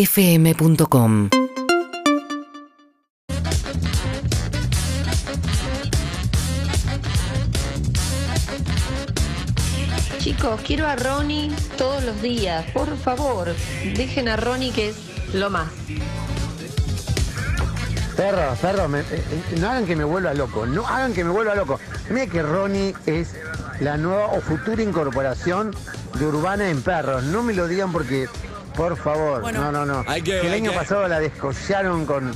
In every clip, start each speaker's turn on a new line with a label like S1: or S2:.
S1: urbanaplayfm.com
S2: Chicos, quiero a Ronnie todos los días. Por favor, dejen a Ronnie que es lo más.
S3: Perro, perro, me- eh, eh, no hagan que me vuelva loco, no hagan que me vuelva loco. Mira que Ronnie es la nueva o futura incorporación de Urbana en Perros. No me lo digan porque, por favor,
S4: Bueno.
S3: no, no, no.
S5: Hay que-
S3: el
S5: hay
S3: año
S5: que-
S3: pasado la descollaron con...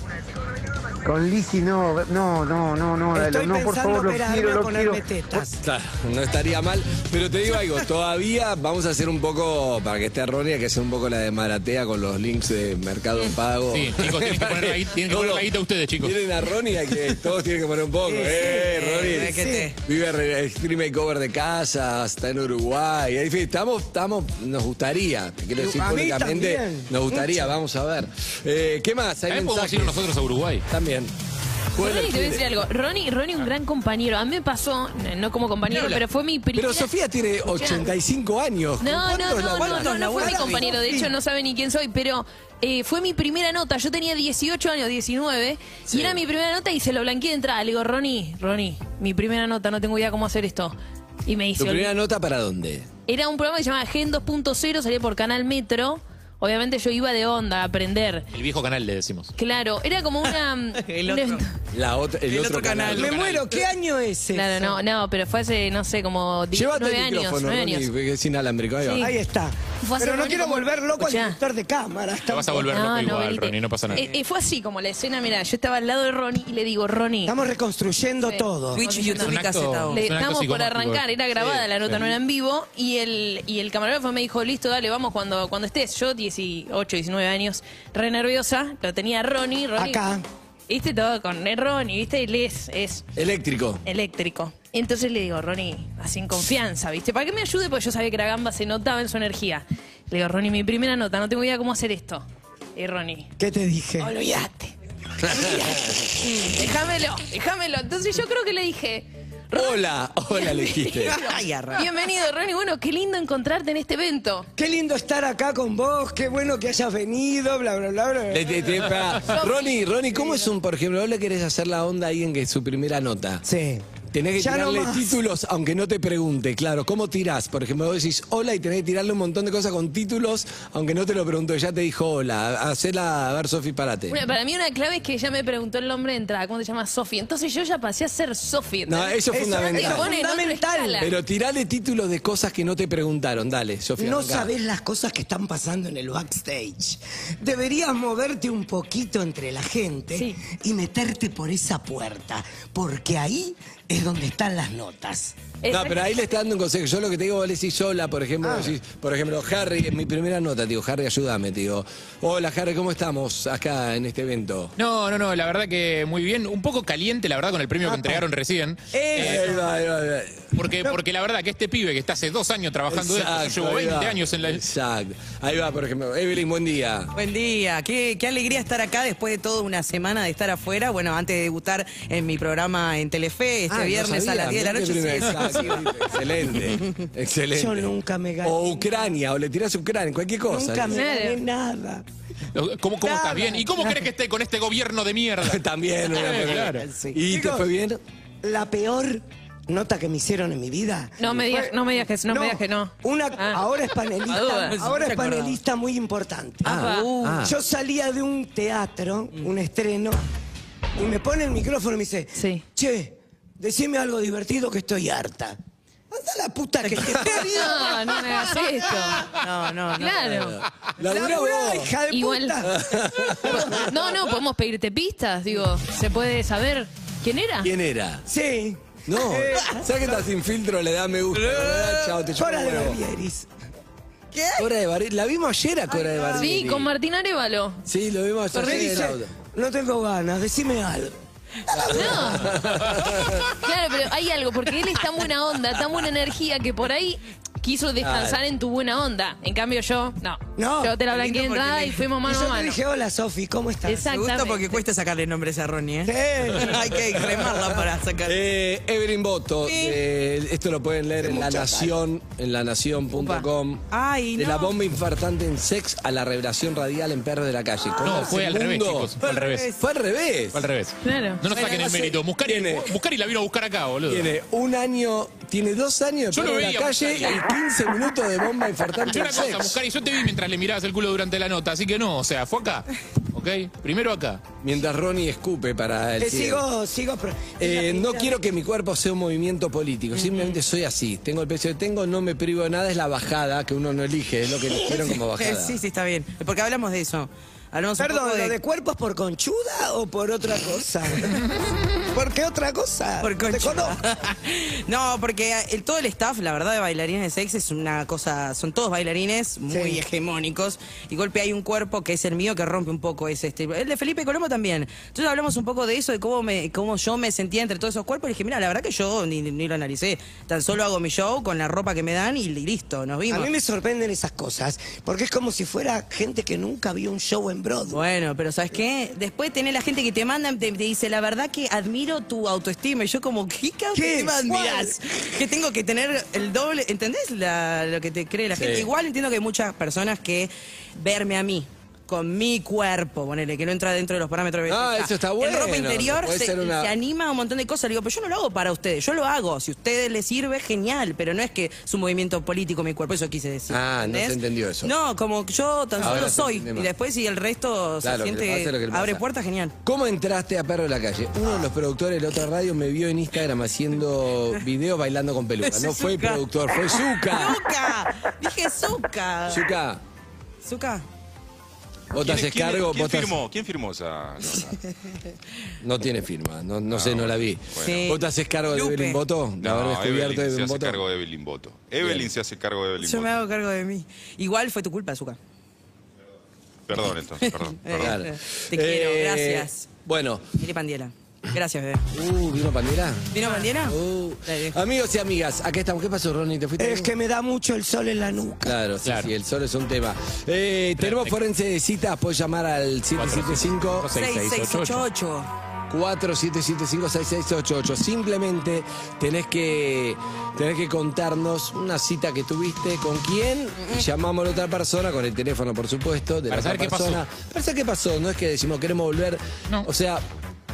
S3: Con Lizzy, no, no, no, no, no,
S4: Estoy
S3: no, por
S4: pensando
S3: favor, lo
S4: operarme
S3: quiero,
S4: o
S3: lo
S4: ponerme
S3: quiero.
S4: tetas.
S5: Claro, no estaría mal, pero te digo algo, todavía vamos a hacer un poco, para que esté errónea, que sea un poco la de Maratea con los links de Mercado Pago.
S6: Sí, chicos, tienen que poner la guita- tienen que poner la guita ustedes, chicos.
S5: Tienen a Ronnie a que todos tienen que poner un poco. eh, Ronnie.
S4: requete.
S5: Vive re- stream cover de casa, está en Uruguay. En fin, estamos, estamos, nos gustaría, te quiero decir
S3: A mí
S5: públicamente,
S3: también,
S5: nos gustaría, vamos a ver. Eh, ¿Qué más? Hay
S6: También podemos ir
S5: mensajes.
S6: nosotros a Uruguay.
S5: También. Juegan al
S7: Ronnie, te voy a
S5: Tigre.
S7: decir algo. Ronnie, Ronnie,
S5: Ah.
S7: un gran compañero. A mí me pasó, eh, no como compañero,
S6: Lola.
S7: pero fue mi primera.
S5: Pero Sofía tiene 85 años.
S7: No, no,
S5: ¿Cuántos la
S7: no, no,
S5: aguantan?
S7: no, no fue mi compañero. De hecho, no sabe ni quién soy, pero eh, fue mi primera nota. Yo tenía 18 años, 19, y era mi primera nota y se lo blanqueé de entrada. Le digo, Ronnie, Ronnie, mi primera nota, no tengo idea cómo hacer esto. Y me
S5: ¿Tu
S7: hizo.
S5: primera nota para dónde?
S7: Era un programa que se llamaba Gen 2.0, salía por Canal Metro. Obviamente yo iba de onda a aprender.
S6: El viejo canal le decimos.
S7: Claro, era como una...
S4: El otro.
S5: La otra, el, otro, canal.
S4: Me
S6: canal.
S4: muero, ¿qué año es este? ese?
S7: Claro, no, no, pero fue hace, no sé, como
S5: Llévate
S7: 19
S5: el
S7: años,
S5: micrófono,
S7: 9
S5: Ronnie,
S7: años.
S5: que es inalámbrico. Ahí va.
S7: Sí.
S4: Ahí está.
S7: Fue hace
S4: Pero no
S7: un
S4: quiero
S7: año como-
S4: volver loco al
S7: Escuchá.
S4: director de cámara.
S6: Te vas a
S7: Ah,
S6: volver loco igual, Ronnie, no pasa nada.
S7: Eh, eh, fue así como la escena, mira, yo estaba al lado de Ronnie y le digo, Ronnie,
S4: Estamos reconstruyendo
S7: Sí.
S4: todo.
S8: Twitch,
S7: Es
S8: YouTube
S6: un
S8: y
S6: acto-
S8: caseta.
S6: es
S7: le,
S6: un acto
S7: estamos por
S6: psicomático.
S7: arrancar, era grabada
S6: Sí,
S7: la nota,
S6: sí.
S7: no era en vivo, y el, y el camarógrafo me dijo, listo, dale, vamos cuando, cuando estés. Yo, 18, 19 años, re nerviosa, lo tenía Ronnie, Ronnie.
S4: Acá.
S7: Viste todo con el Ronnie, viste, él es, es
S5: Eléctrico.
S7: eléctrico. Entonces le digo, Ronnie, así en confianza, ¿viste? Para que me ayude, porque yo sabía que la gamba se notaba en su energía. Le digo, Ronnie, mi primera nota, no tengo idea cómo hacer esto. Y Ronnie,
S4: ¿Qué te dije?
S7: olvídate. olvídate. déjamelo, déjamelo. Entonces yo creo que le dije,
S5: Hola, hola le dijiste.
S8: Ay, arra.
S7: bienvenido, Ronnie, bueno, qué lindo encontrarte en este evento.
S4: Qué lindo estar acá con vos, qué bueno que hayas venido, bla, bla, bla, bla.
S5: Le-
S4: bla.
S5: te- te- pará. Ronnie, Ronnie, ¿cómo es un, por ejemplo, vos le querés hacer la onda a alguien que es su primera nota?
S4: Sí.
S5: Tenés que
S4: Ya no
S5: tirarle
S4: más.
S5: títulos, aunque no te pregunte, claro. ¿Cómo tirás? Por ejemplo, vos decís hola y tenés que tirarle un montón de cosas con títulos, aunque no te lo pregunto, ya te dijo hola. Hacela, a ver, Sofi, parate.
S7: Bueno, para mí una clave es que ella me preguntó el nombre de entrada, ¿cómo te llamas Sofi? Entonces yo ya pasé a ser Sofi.
S5: No,
S7: ¿entendés?
S5: eso es
S4: Eso
S7: Te
S4: Fundamental.
S5: fundamental.
S7: pone en otra
S4: Fundamental.
S7: escala.
S5: Pero tirale títulos de cosas que no te preguntaron. Dale, Sofía.
S4: No
S5: arrancá.
S4: sabés las cosas que están pasando en el backstage. Deberías moverte un poquito entre la gente
S7: Sí.
S4: y meterte por esa puerta, porque ahí es donde están las notas.
S5: No,
S7: Exacto.
S5: pero ahí le está dando un consejo. Yo lo que te digo, vos le decís hola, por ejemplo, decís, por ejemplo, Harry, en mi primera nota, te digo, Harry, ayúdame, te digo. Hola, Harry, ¿cómo estamos acá en este evento?
S6: No, no, no, la verdad que muy bien. Un poco caliente, la verdad, con el premio
S7: Ah,
S6: que entregaron recién.
S5: Eh, Ahí va, ahí va, ahí va.
S6: Porque, porque la verdad que este pibe que está hace dos años trabajando de esto,
S5: Exacto,
S6: yo llevo
S5: ahí va.
S6: 20 años en la...
S5: Exacto. Ahí va, por ejemplo. Evelyn, buen día.
S8: Buen día, qué, qué alegría estar acá después de toda una semana de estar afuera. Bueno, antes de debutar en mi programa en Telefe, este
S5: Ah, no
S8: viernes a
S5: sabía,
S8: las 10 de la
S5: mirá
S8: noche.
S5: qué
S8: sí,
S5: primera-
S8: sí, sí,
S5: Exacto,
S8: sí.
S5: Excelente, excelente.
S4: Yo nunca me gané.
S5: O Ucrania, o le tirás Ucrania, cualquier cosa.
S4: Nunca me
S7: Claro.
S4: gané nada.
S6: ¿Cómo, cómo estás? ¿Bien? ¿Y cómo crees que esté con este gobierno de mierda?
S5: También. una-
S6: Eh, claro.
S4: Sí.
S5: ¿Y te
S4: Chicos,
S5: fue bien?
S4: La peor nota que me hicieron en mi vida.
S7: No me digas-
S4: fue-
S7: no me digas que- no me digas que no.
S4: Una,
S7: Ah.
S4: Ahora es
S7: A
S4: panelista,
S7: duda.
S4: ahora es
S8: Mucha acordada.
S4: panelista muy importante.
S7: Ah, Mm.
S8: Uh,
S5: Ah.
S4: Yo salía de un teatro, un estreno, y me pone el micrófono y me dice,
S7: Sí.
S4: che, decime algo divertido que estoy harta. Anda la puta que te parió.
S7: No, no me hagas esto.
S8: No, no, no.
S7: Claro.
S5: Laburá
S4: Laburá,
S5: vos.
S4: hija de
S7: Igual.
S4: puta.
S7: No, no, podemos pedirte pistas, digo, se puede saber quién era.
S5: ¿Quién era?
S4: Sí.
S7: Ah.
S5: No,
S4: Eh,
S5: ¿sabes que estás sin filtro? Le da me gusta. le da Chao, te chupo
S4: Cora
S5: un
S4: de
S5: huevo.
S4: Barbieris.
S8: ¿Qué?
S5: Cora de Barri- La vimos ayer a Cora de Barri.
S7: Sí, con Martín Arevalo.
S5: Sí, lo vimos
S4: Me
S5: ayer. en el
S4: dice,
S5: auto.
S4: no tengo ganas, decime algo.
S7: No. Claro, pero hay algo, porque él es tan buena onda, tan buena energía, que por ahí quiso descansar en tu buena onda. En cambio yo, no.
S4: No.
S7: Yo te la
S8: lindo
S7: blanqueé
S8: porque
S7: de entrada
S8: le-
S7: y fuimos mano
S4: y yo
S7: a
S4: te
S7: mano.
S4: dije, hola Sofi, ¿cómo estás?
S8: Me
S7: Exactamente.
S8: gusta porque cuesta sacarle nombres a Ronnie, ¿eh?
S4: Sí.
S8: Hay que remarla para sacar.
S5: Eh, Evelyn Boto,
S8: Sí.
S5: eh, esto lo pueden leer en La Nación, en lanación.com.
S8: Ay,
S5: De
S8: no.
S5: la bomba infartante en sex a la revelación radial en Perros de la Calle. ¿Cómo
S6: No,
S5: hace
S6: fue
S5: el
S6: al revés,
S5: mundo?
S6: chicos. Fue al revés.
S5: Fue al revés.
S6: Fue al revés.
S7: Claro.
S6: No nos
S5: Bueno,
S6: saquen el
S5: hace-
S6: mérito. Muscari,
S5: tiene-
S6: Muscari la vino a buscar acá, boludo.
S5: Tiene un año, tiene dos años de
S6: Yo lo
S5: Perros de la
S6: veía,
S5: Calle
S6: Muscari.
S5: y 15 minutos de bomba infartante
S6: Yo una
S5: en
S6: cosa,
S5: sex.
S6: Muscari, yo te vi mientras le mirabas el culo durante la nota, así que no, o sea, fue acá. ¿Ok? Primero acá.
S5: Mientras Ronnie escupe para el
S4: Eh,
S5: cielo.
S4: sigo, sigo. pro-
S5: Eh, no quiero que mi cuerpo sea un movimiento político, simplemente soy así. Tengo el peso que tengo, no me privo de nada, es la bajada que uno no elige, es lo que eligieron como
S8: Eh,
S5: bajada.
S8: sí, sí, está bien. Porque hablamos de eso. Hablamos un
S4: Perdón,
S8: poco
S4: ¿lo de cuerpos por conchuda o por otra cosa? ¿Por qué otra cosa?
S8: Por
S4: No te
S8: concha.
S4: conozco.
S8: no, porque el, todo el staff, la verdad, de bailarines de sex es una cosa. Son todos bailarines muy
S4: Sí.
S8: hegemónicos. Y golpe hay un cuerpo que es el mío que rompe un poco ese estilo. El de Felipe Colombo también. Entonces hablamos un poco de eso, de cómo, me, cómo yo me sentía entre todos esos cuerpos. Y dije, mira, la verdad que yo ni, ni lo analicé. Tan solo hago mi show con la ropa que me dan y listo, nos
S4: A
S8: vimos.
S4: mí me sorprenden esas cosas, porque es como si fuera gente que nunca vio un show en Broadway.
S8: Bueno, pero ¿sabes qué? Después tenés la gente que te manda, te, te dice, la verdad que admiro tu autoestima. Y yo como, ¿qué
S4: ¿Qué?
S8: autoestima admirás? Que tengo que tener el doble, ¿entendés la- lo que te cree la
S5: Sí.
S8: gente? Igual entiendo que hay muchas personas que verme a mí. Con mi cuerpo, ponele, que no entra dentro de los parámetros de
S5: Ah,
S8: belleza.
S5: eso está
S8: En
S5: bueno,
S8: ropa interior
S5: puede
S8: se,
S5: ser una-
S8: se anima a un montón de cosas. Le digo, pero yo no lo hago para ustedes, yo lo hago. Si a ustedes les sirve, genial. Pero no es que es un movimiento político mi cuerpo, eso quise decir.
S5: Ah, no se entendió eso.
S8: No, como yo tan
S5: Ahora
S8: solo
S5: se
S8: soy.
S5: entiende
S8: Y
S5: más.
S8: después, si el resto se
S5: Claro, que le
S8: siente,
S5: pase lo que le
S8: abre
S5: pasa.
S8: puertas, genial.
S5: ¿Cómo entraste a Perro de la Calle? Uno de los productores de la otra radio me vio en Instagram haciendo videos bailando con peluca.
S8: Ese
S5: No fue el
S8: Zucca.
S5: productor, fue Zuka.
S8: ¡Zuka! Dije Zuka.
S5: Zuka,
S8: Zuka.
S5: vos te
S1: ¿Quién,
S5: haces
S1: quién-
S5: cargo,
S1: quién
S5: vos te haces-
S1: firmó? ¿Quién firmó esa?
S5: No tiene firma, no,
S1: Ah,
S5: no sé, no la vi.
S8: Sí.
S5: ¿Vos te haces cargo de
S8: Lupe.
S5: Evelyn Boto? ¿De haber descubierto
S1: Evelyn se
S5: Evelyn
S1: hace
S5: Boto?
S1: cargo de Evelyn Boto. Evelyn
S5: Bien.
S1: se hace cargo de Evelyn
S8: Yo me
S1: Boto.
S8: hago cargo de mí. Igual fue tu culpa, Zuka.
S1: Perdón, entonces, perdón.
S8: Eh,
S1: perdón.
S5: Claro.
S8: Te quiero,
S5: Eh,
S8: gracias.
S5: Bueno,
S8: Mire Pandiela. Gracias, bebé.
S5: uh, ¿vino Pandera?
S8: ¿Vino Pandiela?
S5: Uh.
S8: Dale.
S5: Amigos y amigas, acá estamos. ¿Qué pasó, Ronnie? ¿Te fuiste?
S4: Es que me da mucho el sol en la nuca.
S5: Claro, sí,
S6: Claro.
S5: sí, el sol es un tema. Eh, tenemos forense de citas, puedes llamar al 775
S8: 6688.
S5: 4775-6688. Simplemente tenés que, tenés que contarnos una cita que tuviste con quién. y Llamamos a la otra persona, con el teléfono, por supuesto, de la
S6: Para
S5: otra
S6: saber qué pasó.
S5: persona. Para saber qué pasó. No es que decimos queremos volver.
S6: No.
S5: O sea.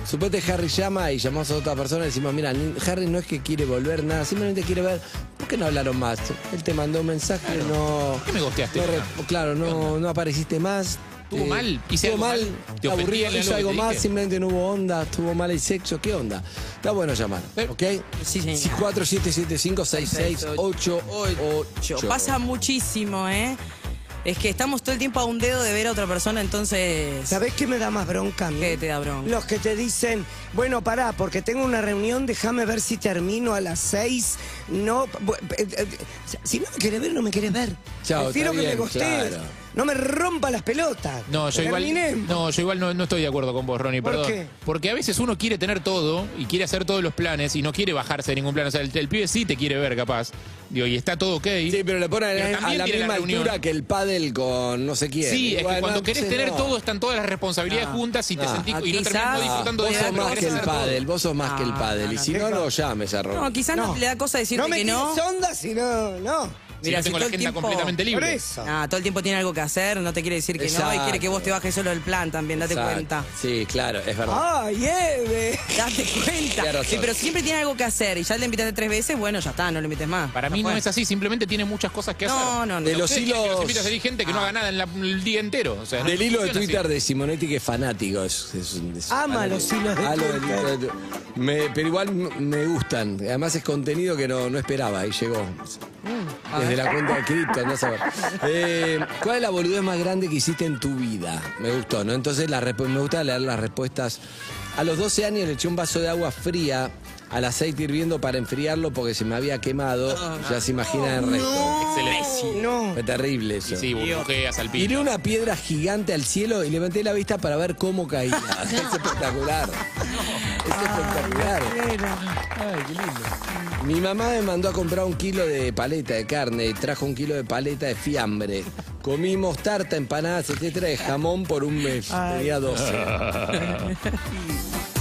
S5: Suponete Harry llama y llamamos a otra persona y decimos, mira, ni- Harry no es que quiere volver, nada, simplemente quiere ver, ¿por qué no hablaron más? Él te mandó un mensaje, no...
S6: ¿Por qué me gosteaste?
S5: no re- claro, no, no apareciste más.
S6: ¿Estuvo
S5: Eh,
S6: mal? ¿Hice
S5: estuvo mal?
S6: algo mal?
S5: ¿Te
S6: ¿Te ofendí?
S5: aburría?
S6: ¿Algo
S5: ¿Hizo
S6: que
S5: algo
S6: te
S5: más?
S6: dije?
S5: Simplemente no hubo onda, estuvo mal el sexo. ¿Qué onda? Está bueno llamar,
S6: Eh,
S5: ¿ok?
S8: Sí, señor.
S5: 4775-6688.
S8: Pasa muchísimo, ¿eh? Es que estamos todo el tiempo a un dedo de ver a otra persona, entonces.
S4: ¿Sabés qué me da más bronca a mí?
S8: ¿Qué te da bronca?
S4: Los que te dicen, bueno, pará, porque tengo una reunión, déjame ver si termino a las seis. No, bu- eh, eh, si no me querés ver, no me querés ver.
S5: Chao,
S4: Prefiero
S5: está
S4: que me
S5: bien,
S4: gostees.
S5: claro.
S4: No me rompa las pelotas.
S6: No, yo igual,
S4: Terminemos.
S6: no, yo igual no, no estoy de acuerdo con vos, Ronnie,
S4: ¿Por
S6: perdón.
S4: qué?
S6: Porque a veces uno quiere tener todo y quiere hacer todos los planes y no quiere bajarse de ningún plan. O sea, el, el pibe sí te quiere ver, capaz. Digo, y está todo ok.
S5: Sí, pero le ponen
S6: Pero
S5: a- a
S6: también
S5: la
S6: tiene la
S5: misma
S6: reunión.
S5: altura que el pádel con no sé quién.
S6: Sí, es
S5: Igual,
S6: que cuando
S5: no
S6: querés
S5: sé,
S6: tener
S5: no.
S6: todo están todas las responsabilidades
S8: No.
S6: juntas y te
S5: No.
S6: sentís
S8: Ah,
S6: y no terminás
S8: quizás-
S6: no disfrutando
S5: Vos
S6: de nada,
S5: sos
S8: pero
S5: más
S6: querés
S5: que el
S6: hacer todo.
S5: pádel, vos sos más que el
S8: No,
S5: pádel. Y
S8: no,
S5: si
S8: no.
S5: no, no llames a Ronnie.
S8: No, quizás no.
S4: No.
S8: le da cosa decirte
S4: No me
S8: que no.
S4: tires onda, sino, no.
S6: Si no
S8: si
S6: tengo la
S8: todo el
S6: agenda
S8: tiempo-
S6: completamente
S4: Por
S6: libre.
S4: eso.
S8: Ah, todo el tiempo tiene algo que hacer, no te quiere decir que no, y quiere que vos te bajes solo del plan también, date
S5: Exacto.
S8: cuenta.
S5: Sí, claro, es verdad.
S6: Ah.
S4: Ay, Eve.
S8: Date
S5: Tienes
S8: cuenta.
S5: razón.
S8: Sí, pero siempre tiene algo que hacer y ya le invitaste tres veces, bueno, ya está, no lo invites más.
S6: Para mí no es así, simplemente tiene muchas cosas que hacer.
S8: No, no, no.
S5: De los
S6: Ustedes quieren que
S5: hilos- Ah.
S6: Los invitas a salir gente que no haga nada en la- el día entero. O sea, no
S5: Del hilo de
S6: funciona así.
S5: Twitter de Simonetti que es fanático. es- es un- es
S4: Ama
S5: fanático.
S4: los hilos de
S5: Ah, lo del
S4: Twitter.
S5: hilo de tu- Me- pero igual m- me gustan. Además es contenido que no, no esperaba y llegó. Desde la cuenta de cripto, no sabes. Eh, ¿Cuál es la boludez más grande que hiciste en tu vida? Me gustó, ¿no? Entonces la respu- me gusta leer las respuestas. A los 12 años le eché un vaso de agua fría al aceite hirviendo para enfriarlo porque se me había quemado. ya se imagina el resto.
S6: Excelente.
S4: No.
S5: Fue terrible eso.
S6: Y sí, burbujeas al
S5: Tiré
S6: piso.
S5: una piedra gigante al cielo y levanté la vista para ver cómo caía. Es espectacular. Es espectacular.
S4: Bueno.
S5: Mi mamá me mandó a comprar un kilo de paleta de carne, trajo un kilo de paleta de fiambre. Comimos tarta, empanadas, etcétera, de jamón por un mes. Tenía 12.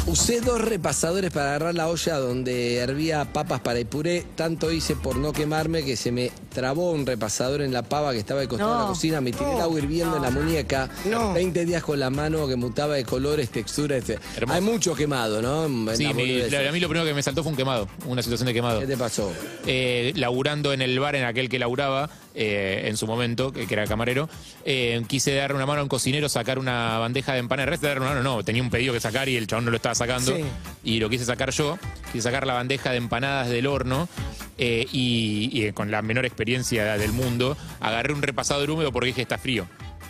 S5: Usé dos repasadores para agarrar la olla donde hervía papas para el puré. Tanto hice por no quemarme que se me trabó un repasador en la pava que estaba al costado de la
S8: No.
S5: cocina. Me tiré el agua hirviendo en la muñeca.
S4: No.
S5: 20 días con la mano que mutaba de colores, texturas. etc.
S6: Hermoso.
S5: Hay mucho quemado, ¿no? En- en
S6: Sí,
S5: la
S6: mi-
S5: boludez.
S6: la- a mí lo primero que me saltó fue un quemado, una situación de quemado.
S5: ¿Qué te pasó?
S6: eh, laburando en el bar en aquel que laburaba eh, en su momento, que, que era camarero, eh, quise dar una mano a un cocinero, sacar una bandeja de empanadas. En realidad, dar una mano no, tenía un pedido que sacar y el chabón no lo estaba sacando.
S4: Sí.
S6: Y lo quise sacar yo, quise sacar la bandeja de empanadas del horno. eh, y y, eh, con la menor experiencia del mundo, agarré un repasador húmedo porque dije está frío.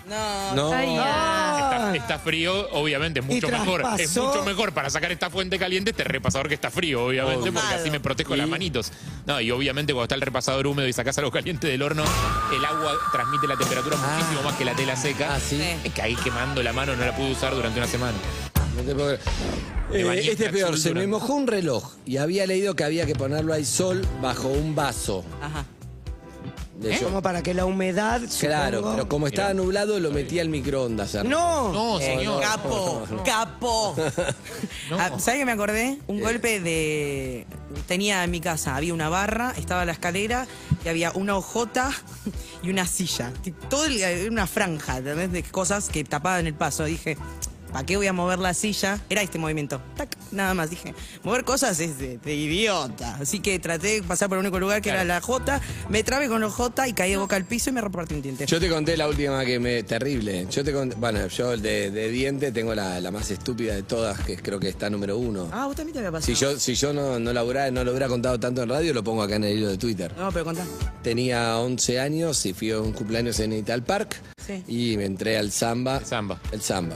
S8: No.
S5: No.
S7: Ay,
S6: Está, está frío, obviamente, es
S4: Y
S6: mucho mejor. Es
S4: traspasó-
S6: mucho mejor para sacar esta fuente caliente este repasador que está frío, obviamente,
S8: Obvio.
S6: porque así me protejo las manitos. No, y obviamente cuando está el repasador húmedo y sacas algo caliente del horno, el agua transmite la temperatura muchísimo más que la tela seca.
S5: Ah, sí.
S6: Es que ahí quemando la mano no la pude usar durante una semana.
S5: No te puedo creer.
S6: Te
S5: Eh,
S6: bañaste
S5: este es peor,
S6: azul
S5: se me
S6: durante-
S5: mojó un reloj y había leído que había que ponerlo al sol bajo un vaso.
S8: Ajá.
S9: ¿Eh?
S5: leyó.
S4: Como para que la humedad.
S5: ¿Eh? Claro,
S4: supongo-
S5: pero como estaba nublado lo metí al microondas. hermano.
S4: No.
S6: No, señor.
S8: Capo, capo.
S6: No.
S8: Ah, ¿Sabes qué me acordé? Un golpe de. Tenía en mi casa, había una barra, estaba la escalera y había una hojota y una silla. T- Todo el- era una franja ¿entendés? de cosas que tapaban el paso. Dije, ¿para qué voy a mover la silla? Era este movimiento. Tac, nada más. Dije, mover cosas es de, de idiota. Así que traté de pasar por el único lugar que era la jota, me trabé con la jota y caí de boca al piso y me repartí un diente.
S5: Yo te conté la última que me. terrible. Yo te conté. Bueno, yo el de, de diente tengo la, la más estúpida de todas, que creo que está número uno.
S8: Ah, vos también te había pasado.
S5: Si yo, si yo no, no laburara, no lo hubiera contado tanto en radio, lo pongo acá en el hilo de Twitter.
S8: No, pero contá.
S5: Tenía 11 años y fui a un cumpleaños en Ital Park
S8: Sí.
S5: y me entré al samba.
S6: El samba.
S5: El samba.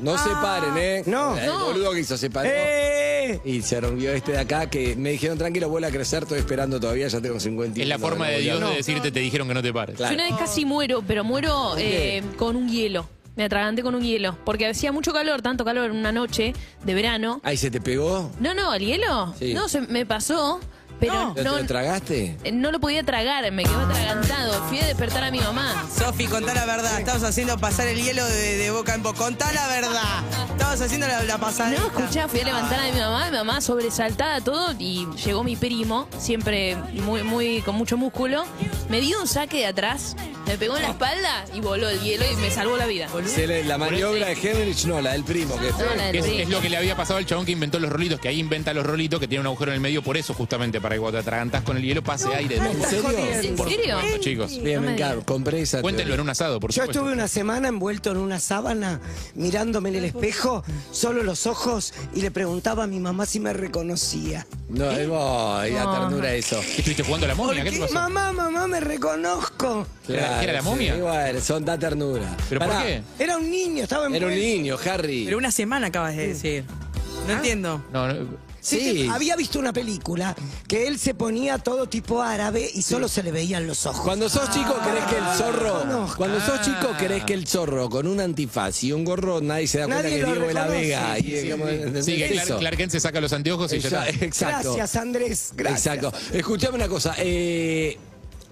S5: No se paren, ¿eh?
S4: No.
S5: El boludo que hizo se paró.
S4: ¡Eh!
S5: Y se rompió este de acá que me dijeron, tranquilo, vuelve a crecer, estoy esperando todavía, ya tengo 50 y
S6: Es la
S5: no,
S6: forma
S5: no
S6: de
S5: volvió.
S6: Dios de decirte, te dijeron que no te pares.
S5: Claro.
S7: Yo una vez casi muero, pero muero eh, con un hielo. Me atraganté con un hielo. Porque hacía mucho calor, tanto calor en una noche de verano.
S5: Ahí se te pegó.
S7: No, no, el hielo.
S5: Sí.
S7: No, se me pasó, pero
S5: ¿Te
S7: no,
S5: lo tragaste?
S7: eh, no lo podía tragar. Me quedó atragantado. Fui a despertar a mi mamá.
S8: Sofi, contá la verdad. Estamos haciendo pasar el hielo de, de boca en boca. Contá la verdad. Estamos haciendo la, la Ah. pasada.
S7: No, escuchá, fui a levantar a mi mamá, mi mamá sobresaltada todo y llegó mi primo, siempre muy, muy, con mucho músculo. Me dio un saque de atrás, me pegó en la espalda y voló el hielo y me salvó la vida.
S5: Se le- la maniobra de Henrich, no, la del primo. Que
S7: No, la del
S6: Es,
S7: río.
S6: es lo que le había pasado al chabón que inventó los rolitos, que ahí inventa los rolitos, que tiene un agujero en el medio, por eso justamente, para que cuando te atragantás con el hielo pase aire.
S5: ¿En serio?
S7: ¿En
S6: Por
S7: serio?
S6: supuesto, chicos.
S5: Bien,
S7: No me
S5: me encanta, compré esa.
S6: Cuéntenlo en
S5: teoría.
S6: un asado, por
S4: Yo
S6: supuesto.
S4: estuve una semana envuelto en una sábana, mirándome en el espejo, solo los ojos, y le preguntaba a mi mamá si me reconocía.
S5: No, ahí voy, la ternura de eso.
S6: ¿Estuviste jugando a la momia? ¿Qué te pasó?
S4: Mamá, mamá, me reconozco.
S6: ¿Era- era la momia?
S5: sí, bueno, son da ternura.
S6: ¿Pero por
S5: Pará,
S6: qué?
S4: Era un niño, estaba
S5: Era
S4: envuelto.
S5: un niño, Harry.
S8: Pero una semana acabas de decir. No entiendo.
S6: No, no,
S4: Sí,
S5: Sí.
S4: Había visto una película que él se ponía todo tipo árabe y solo se le veían los ojos.
S5: Cuando sos chico crees que el zorro,
S4: reconozco.
S5: cuando sos chico crees que el zorro con un antifaz y un gorro nadie se da cuenta
S4: Nadie
S5: que
S4: lo
S5: Diego de la
S4: reconoce.
S5: Vega. y
S4: Sí,
S5: es como- ¿entendés
S6: Sí, que
S5: eso?
S6: Clark, Clark Kent se saca los anteojos y ya
S5: Exa-
S6: está.
S5: Exacto.
S4: Gracias, Andrés. Gracias.
S5: Exacto. Escuchame una cosa. eh,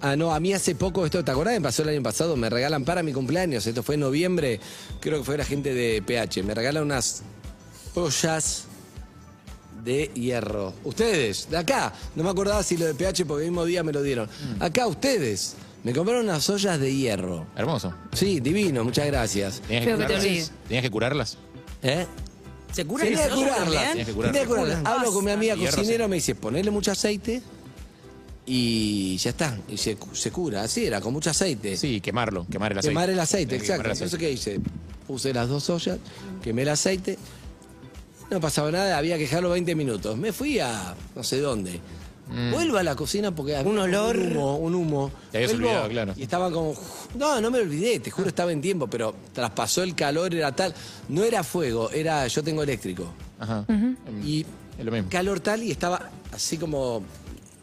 S5: ah, no, a mí hace poco esto, ¿te acordás? Me pasó el año pasado, me regalan para mi cumpleaños, esto fue en noviembre, creo que fue la gente de PH, me regalan unas ollas de hierro. Ustedes, de acá, no me acordaba si lo de PH porque el mismo día me lo dieron. Acá ustedes, me compraron unas ollas de hierro.
S6: Hermoso.
S5: Sí, divino, muchas gracias.
S6: ¿Tenías que,
S7: Feo que te
S6: curarlas? ¿Tenías que curarlas?
S5: ¿Eh?
S8: ¿Se cura
S5: Tenía que curarlas.
S8: también?
S6: Tenía que curarlas.
S5: Tenía que curarlas. Hablo con mi amiga
S6: Hierro,
S5: cocinera, me dice, ponele mucho aceite y ya está. Y se, cu- se cura. Así era, con mucho aceite.
S6: Sí, quemarlo, quemar el aceite.
S5: Quemar el aceite,
S6: Tenías que
S5: exacto.
S6: quemar el
S5: Entonces,
S6: aceite.
S5: ¿qué hice? Puse las dos ollas, quemé el aceite. No pasaba nada, había que dejarlo 20 minutos. Me fui a no sé dónde. Vuelvo a la cocina porque había
S4: Un olor.
S5: Un humo, un humo.
S6: Mm. Te habías
S5: Vuelvo
S6: olvidado, claro.
S5: Y estaba como. No, no me olvidé, te juro, estaba en tiempo, pero traspasó el calor, era tal. No era fuego, era. Yo tengo eléctrico.
S6: Ajá.
S5: Y
S6: Es lo mismo.
S5: calor tal y estaba así como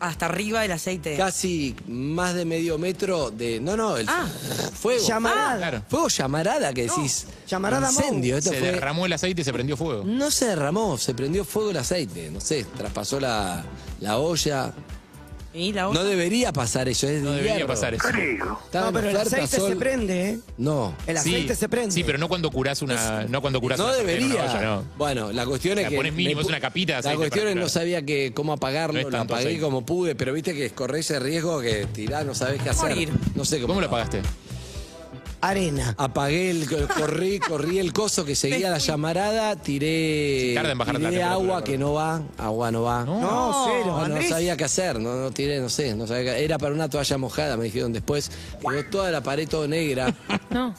S8: hasta arriba el aceite.
S5: Casi más de medio metro de. No, no, el
S8: Ah.
S5: fuego.
S4: Llamarada.
S6: Claro.
S5: Fuego llamarada que decís.
S4: llamarada
S5: incendio. Esto
S6: Se
S5: fue-
S6: derramó el aceite y se prendió fuego.
S5: No se derramó, se prendió fuego el aceite. No sé, traspasó la, la olla.
S8: Y la otra.
S5: No debería pasar eso, es de
S6: No debería
S5: hierro.
S6: pasar eso.
S5: Estaba
S4: No,
S5: en
S4: pero el
S5: oferta,
S4: aceite se
S5: sol-
S4: prende, ¿eh?
S5: No.
S4: El
S6: Sí,
S4: aceite se prende.
S6: Sí, pero no cuando curás una. No cuando curás
S5: No
S6: una sartén,
S5: debería.
S6: una olla, no.
S5: Bueno, la cuestión es
S6: La
S5: que.
S6: pones mínimo, es una capita de
S5: La
S6: aceite
S5: cuestión
S6: para
S5: es no
S6: curar.
S5: sabía que cómo apagarlo,
S6: No es
S5: lo
S6: tanto
S5: apagué
S6: aceite.
S5: como pude, pero viste que corré ese riesgo que tirás, no sabés qué hacer.
S8: Morir.
S5: No sé cómo.
S6: ¿Cómo lo pagaste?
S4: Arena.
S5: Apagué el corrí, corrí el coso que seguía la llamarada, tiré,
S6: Sí, tarda en bajar la
S5: tiré
S6: temperatura,
S5: agua
S6: claro.
S5: que no va, agua no va.
S6: No.
S4: No, cero,
S5: No, no
S4: Andrés.
S5: sabía qué hacer, no, no tiré, no sé, no sabía qué- era para una toalla mojada, me dijeron después, quedó toda la pared toda negra.
S7: No.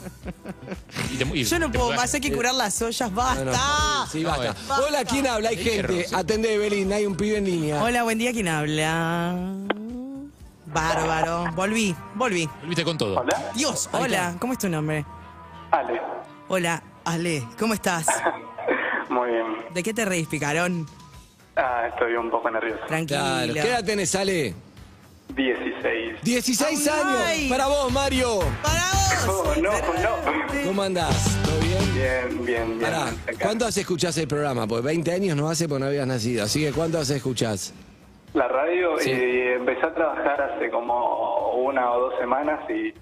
S6: Y te- y
S8: Yo no eh,
S6: te
S8: puedo
S6: mudaste.
S8: más, hay que curar las ollas,
S5: No, no,
S8: basta.
S5: sí, basta.
S8: Basta.
S5: Hola, ¿quién habla? Hay gente, atende Evelyn, hay un pibe en línea.
S8: Hola, buen día, ¿quién habla? Bárbaro. Volví, volví.
S6: Volviste con todo.
S8: Dios, hola, ¿cómo es tu nombre?
S9: Ale.
S8: Hola, Ale, ¿cómo estás?
S9: Muy bien.
S8: ¿De qué te reís, picarón?
S9: Ah, estoy un poco nervioso.
S5: Claro, ¿qué
S8: Tranquila.
S5: edad tenés, Ale?
S9: 16.
S5: 16
S8: Ay.
S5: años. Para vos, Mario.
S8: Para vos.
S9: Oh, no, no.
S5: ¿Cómo andás? ¿Todo bien?
S9: Bien, bien, bien.
S5: Pará, ¿cuánto hace escuchás el programa? Pues 20 años no hace porque no habías nacido. Así que ¿cuánto hace escuchás?
S9: La radio,
S5: Sí.
S9: y empecé a trabajar hace como una o dos semanas y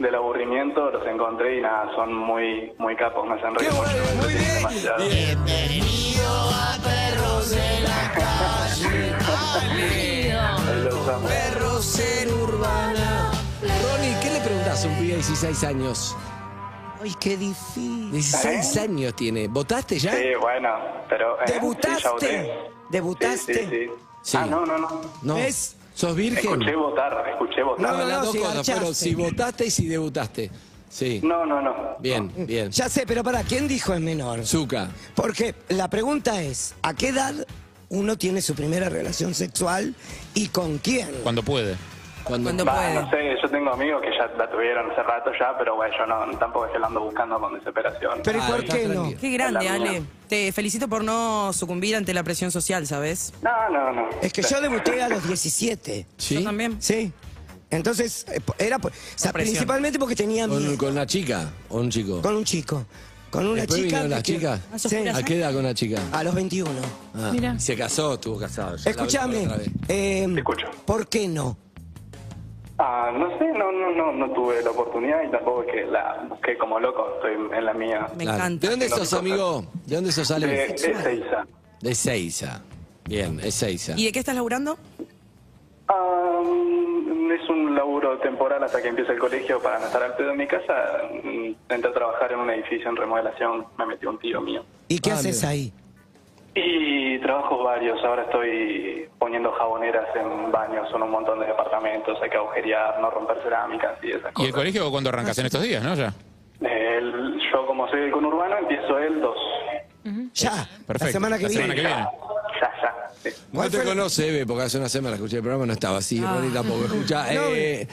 S9: del aburrimiento los encontré y nada, son muy, muy capos, me hacen reír mucho, me entretienen demasiado. Los amo.
S5: Perros en Urbana. Ronnie, ¿qué le preguntás a un pibe de 16 años?
S4: Ay, qué difícil.
S5: 16 años tiene. ¿Votaste ya?
S9: ¿Eh? Sí, bueno, pero... eh, sí, ya
S4: ¿Debutaste?
S9: voté.
S4: ¿Debutaste?
S9: Sí, sí, sí.
S5: Sí.
S9: Ah, no, no, no.
S5: No.
S4: ¿Ves?
S5: ¿Sos virgen?
S9: Escuché votar, escuché votar.
S5: No,
S4: No, no,
S5: las
S4: no,
S5: dos
S4: si
S5: cosas
S4: garchaste.
S5: fueron si votaste y si debutaste. Sí.
S9: No, no, no.
S5: Bien, bien.
S4: Ya sé, pero para, ¿quién dijo es menor?
S5: Zuka.
S4: Porque la pregunta es, ¿a qué edad uno tiene su primera relación sexual y con quién?
S6: Cuando puede.
S5: Cuando,
S8: Cuando
S9: Va,
S8: pueda.
S9: no sé, yo tengo amigos que ya la tuvieron hace rato ya, pero bueno, yo no, tampoco es que lo ando buscando con desesperación.
S4: Pero ¿y
S5: Ah,
S4: por
S5: está
S4: qué no?
S5: tranquilo.
S8: Qué grande,
S9: Hola,
S8: Ale.
S9: hola.
S8: Te felicito por no sucumbir ante la presión social, ¿sabes?
S9: No, no, no.
S4: Es que yo debuté a los 17.
S8: Yo
S5: ¿Sí?
S8: también.
S4: Sí. Entonces, eh, po- era por- o sea,
S8: presión.
S4: principalmente porque tenía
S5: ¿Con,
S4: miedo.
S5: con una chica o un chico?
S4: Con un chico. Con una
S5: Después
S4: chica.
S5: vinieron las
S4: que-
S5: chicas.
S8: Ah,
S4: Sí,
S8: sos
S5: ¿A qué edad con una chica?
S4: a los 21.
S5: Ah,
S7: Mira.
S5: Se casó, estuvo casado. Ya la vi
S4: Escúchame.
S5: otra vez.
S4: eh,
S9: Te escucho.
S4: ¿Por qué no?
S9: Ah, no sé, no, no, no, no tuve la oportunidad y tampoco es que la busqué como loco, estoy en la mía. Eh,
S8: Me
S5: Claro.
S8: encanta.
S5: ¿De dónde
S9: No,
S5: sos,
S9: no, no.
S5: amigo? ¿De dónde sos, Ale?
S9: De, de Seiza.
S5: De Seiza. Bien, es Seiza.
S8: ¿Y de qué estás laburando?
S9: Ah, mm, es un laburo temporal hasta que empiece el colegio para no estar al pedo en mi casa. Mm, Entré a trabajar en un edificio en remodelación, me metió un tío mío.
S4: ¿Y qué
S5: Ah,
S4: haces
S5: mira.
S4: ahí?
S9: Y trabajo varios, ahora estoy poniendo jaboneras en baños en un montón de departamentos, hay que agujerear, no romper cerámicas y esas
S6: ¿Y
S9: cosas.
S6: el colegio cuando arrancas en estos días, no? Ya.
S9: El- yo como soy del conurbano empiezo el 2.
S4: Ya.
S6: Perfecto.
S4: La semana que
S6: La
S4: viene.
S6: semana que viene.
S9: Ya, ya. sí.
S5: Eh, No te conoce, Eve, porque hace una semana escuché el programa, no estaba así,
S4: Ah.
S5: Ronnie tampoco escucha. Eh,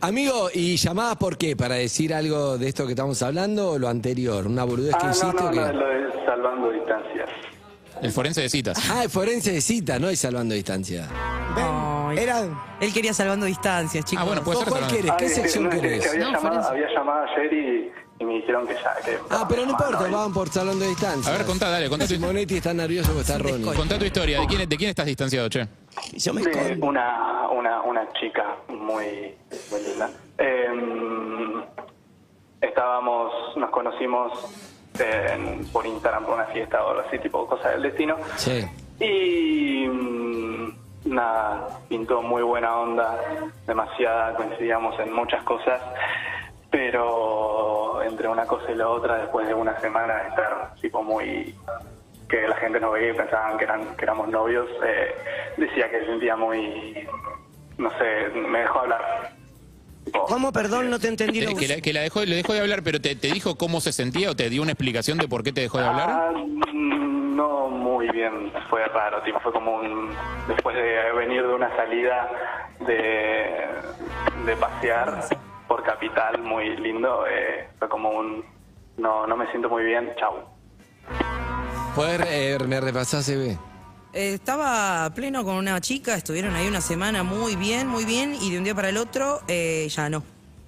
S5: amigo, ¿y llamabas por qué? ¿Para decir algo de esto que estamos hablando o lo anterior? ¿Una boludez que
S9: Ah, no,
S5: hiciste
S9: no,
S5: o qué?
S9: no, lo de salvando distancias.
S6: El forense de citas.
S5: Ah, es forense de cita, no es salvando distancia.
S4: Ven, era.
S8: Él quería salvando distancias, chicos.
S6: Ah, bueno, puede
S5: ¿Vos
S6: ser
S5: cuál
S6: salvando-
S5: querés? ¿Qué
S9: Ay,
S5: sección
S9: Ah, no, es que
S5: querés?
S9: había,
S7: No,
S9: llamado,
S7: Florencia.
S9: había llamado ayer y, y me dijeron que ya. Que
S5: Ah, pero no importa,
S9: vamos.
S5: van por salvando distancia.
S6: A ver, contá, dale, contá tu,
S5: Simonetti está nervioso porque está Ronnie.
S6: contá tu historia. ¿De quién, ¿De quién estás distanciado, che?
S4: Yo me
S9: de
S4: escondo.
S9: una, una, una chica muy, muy linda. Eh, estábamos, nos conocimos eh, en- por Instagram por una fiesta o algo así, tipo cosa del destino.
S5: Sí.
S9: Y mm, nada, pintó muy buena onda, demasiada, coincidíamos en muchas cosas, pero entre una cosa y la otra, después de una semana de estar tipo muy que la gente nos veía y pensaban que, eran, que éramos novios, eh, decía que se sentía muy, no sé, me dejó hablar. Tipo,
S4: ¿Cómo, perdón, no te entendí?
S6: Eh,
S4: lo-
S6: Que, la- que la dejó, le dejó de hablar, pero te, te dijo cómo se sentía o te dio una explicación de por qué te dejó de hablar.
S9: Ah, mm, no muy bien, fue raro, tipo, fue como un... Después de venir de una salida de, de pasear por Capital, muy lindo, eh, fue como un... No, no me siento muy bien, chau.
S5: ¿Poder, eh, me repasás, Eve?
S8: eh, estaba pleno con una chica, estuvieron ahí una semana muy bien, muy bien, y de un día para el otro eh, ya no.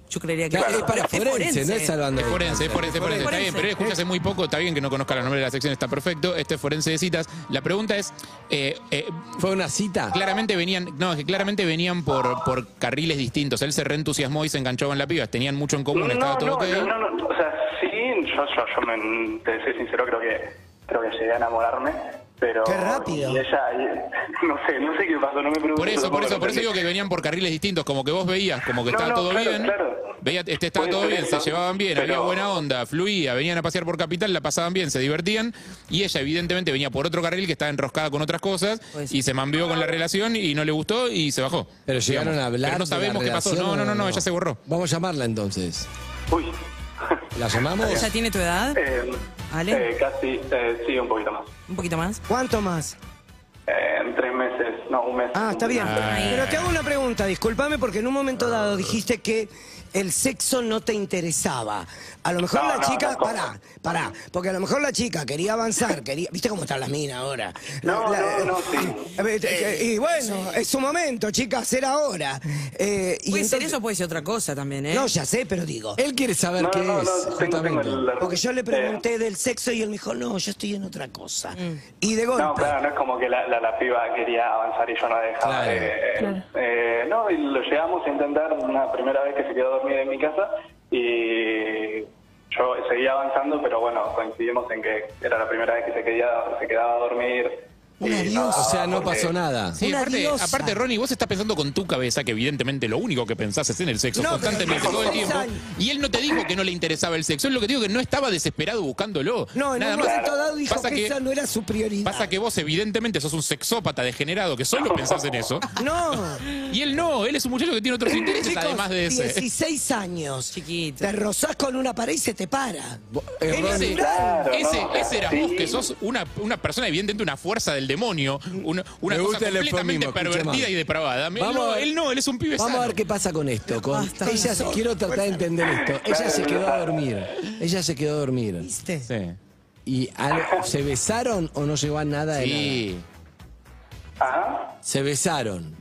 S8: Yo creería que
S5: Claro, es para forense, no es salvando.
S6: Es forense, es forense,
S8: Es
S6: es forense. Está
S8: forense.
S6: bien, pero escuché hace muy poco, está bien que no conozca los nombres de la sección, está perfecto. Este es forense de citas. La pregunta es, eh, eh,
S5: Fue una cita.
S6: claramente venían, no, es que claramente venían por, por carriles distintos. Él se reentusiasmó y se enganchó en la piba. Tenían mucho en común, estaba
S9: No,
S6: todo
S9: no,
S6: ok.
S9: no, no, no, o sea, sí, yo, yo, yo me, te soy sincero, creo que, creo que llegué a enamorarme, pero...
S4: Qué rápido.
S9: Y ella, y- no sé, no sé qué pasó, no me pregunto.
S6: Por eso, por eso, por eso digo que
S9: tampoco
S6: venían por carriles distintos, como que vos veías, como que
S9: No,
S6: estaba
S9: no,
S6: todo
S9: claro,
S6: bien.
S9: claro.
S6: Veía, este estaba
S9: Puede
S6: todo
S9: ser
S6: bien,
S9: eso,
S6: se llevaban bien, había
S9: pero-
S6: buena onda, fluía, venían a pasear por capital, la pasaban bien, se divertían, y ella evidentemente venía por otro carril que estaba enroscada con otras cosas,
S8: Pues-
S6: y se mambió con la relación y no le gustó y se bajó.
S5: Pero llegaron
S6: digamos.
S5: a hablar.
S6: Pero no
S5: de la
S6: sabemos qué pasó.
S5: relación
S6: No, no,
S5: o
S6: no, no, ella se borró.
S5: Vamos a llamarla entonces.
S9: entendí. Uy,
S5: ¿La llamamos?
S8: ¿Ella tiene tu edad?
S9: eh,
S8: Ale.
S9: eh, casi, eh, sí, un poquito más.
S8: ¿Un poquito más?
S4: ¿Cuánto más?
S9: Eh, en tres meses, no, un mes.
S4: Ah, está bien.
S6: Ay.
S4: Pero te hago una pregunta, discúlpame, porque en un momento dado dijiste que el sexo no te interesaba. A lo mejor
S9: No,
S4: la
S9: no,
S4: chica,
S9: tampoco.
S4: pará, pará, porque a lo mejor la chica quería avanzar, quería, ¿viste cómo están las minas ahora?
S9: No,
S4: La- la-
S9: no, no, sí.
S4: A ver, eh, Y bueno, es su momento, chicas, era ahora. Eh, y
S8: Puede ser
S4: entonces-
S8: eso, puede ser otra cosa también, ¿eh?
S4: No, ya sé, pero digo.
S5: Él quiere saber
S9: No,
S5: qué
S9: no, no,
S5: es,
S9: no, tengo, tengo
S5: justamente.
S9: el...
S4: Porque yo le pregunté del sexo y él me dijo, no, yo estoy en otra cosa.
S8: Mm.
S4: Y de golpe.
S9: No, claro, no es como que la, la, la piba quería avanzar y yo no dejaba.
S5: Claro.
S9: eh,
S7: Claro.
S9: eh, no, y lo llegamos a intentar una primera vez que se quedó dormida en mi casa y yo seguía avanzando, pero bueno, coincidimos en que era la primera vez que se, quedaba- se quedaba a dormir.
S4: Una
S9: Y
S4: diosa.
S5: O sea, no
S9: porque-
S5: pasó nada.
S6: Sí,
S4: Una
S6: aparte,
S4: diosa.
S6: aparte, Ronnie, vos estás pensando con tu cabeza, que evidentemente lo único que pensás es en el sexo
S4: No, pero
S6: constantemente,
S4: tiene
S6: todo el
S4: 16
S6: tiempo.
S4: años.
S6: Y él no te dijo que no le interesaba el sexo, es lo que te digo que no estaba desesperado buscándolo.
S4: No, en
S6: Nada
S4: un
S6: más.
S4: momento dado dijo
S6: Pasa
S4: que, esa no era su prioridad.
S6: Pasa que vos, evidentemente, sos un sexópata degenerado que solo pensás en eso.
S4: No.
S6: Y él no, él es un muchacho que tiene otros intereses
S4: Chicos,
S6: además de ese.
S4: 16 años.
S8: Chiquito.
S4: Te rozás con una pared y se te para.
S5: Bo- eh,
S6: Él
S5: Ronnie,
S6: ese,
S9: Claro,
S6: ese,
S9: no,
S6: ese era
S9: sí.
S6: vos, que sos una, una persona, evidentemente, una fuerza del demonio, una, una
S5: Me
S6: cosa
S5: gusta el
S6: completamente
S5: eufemismo, escucha,
S6: pervertida
S5: ma.
S6: y depravada. Él
S5: Vamos
S6: no,
S5: a ver-
S6: él no, él es un pibe
S5: Vamos
S6: sano.
S5: a ver qué pasa con esto. con-
S8: Basta,
S5: ella se-
S8: basta.
S5: quiero tratar de entender esto. Ella se quedó a dormir. Ella se quedó a dormir.
S4: ¿Viste?
S6: Sí.
S5: ¿Y al- se besaron o no llegó a nada de
S6: Sí.
S9: Ajá.
S5: nada? Se besaron.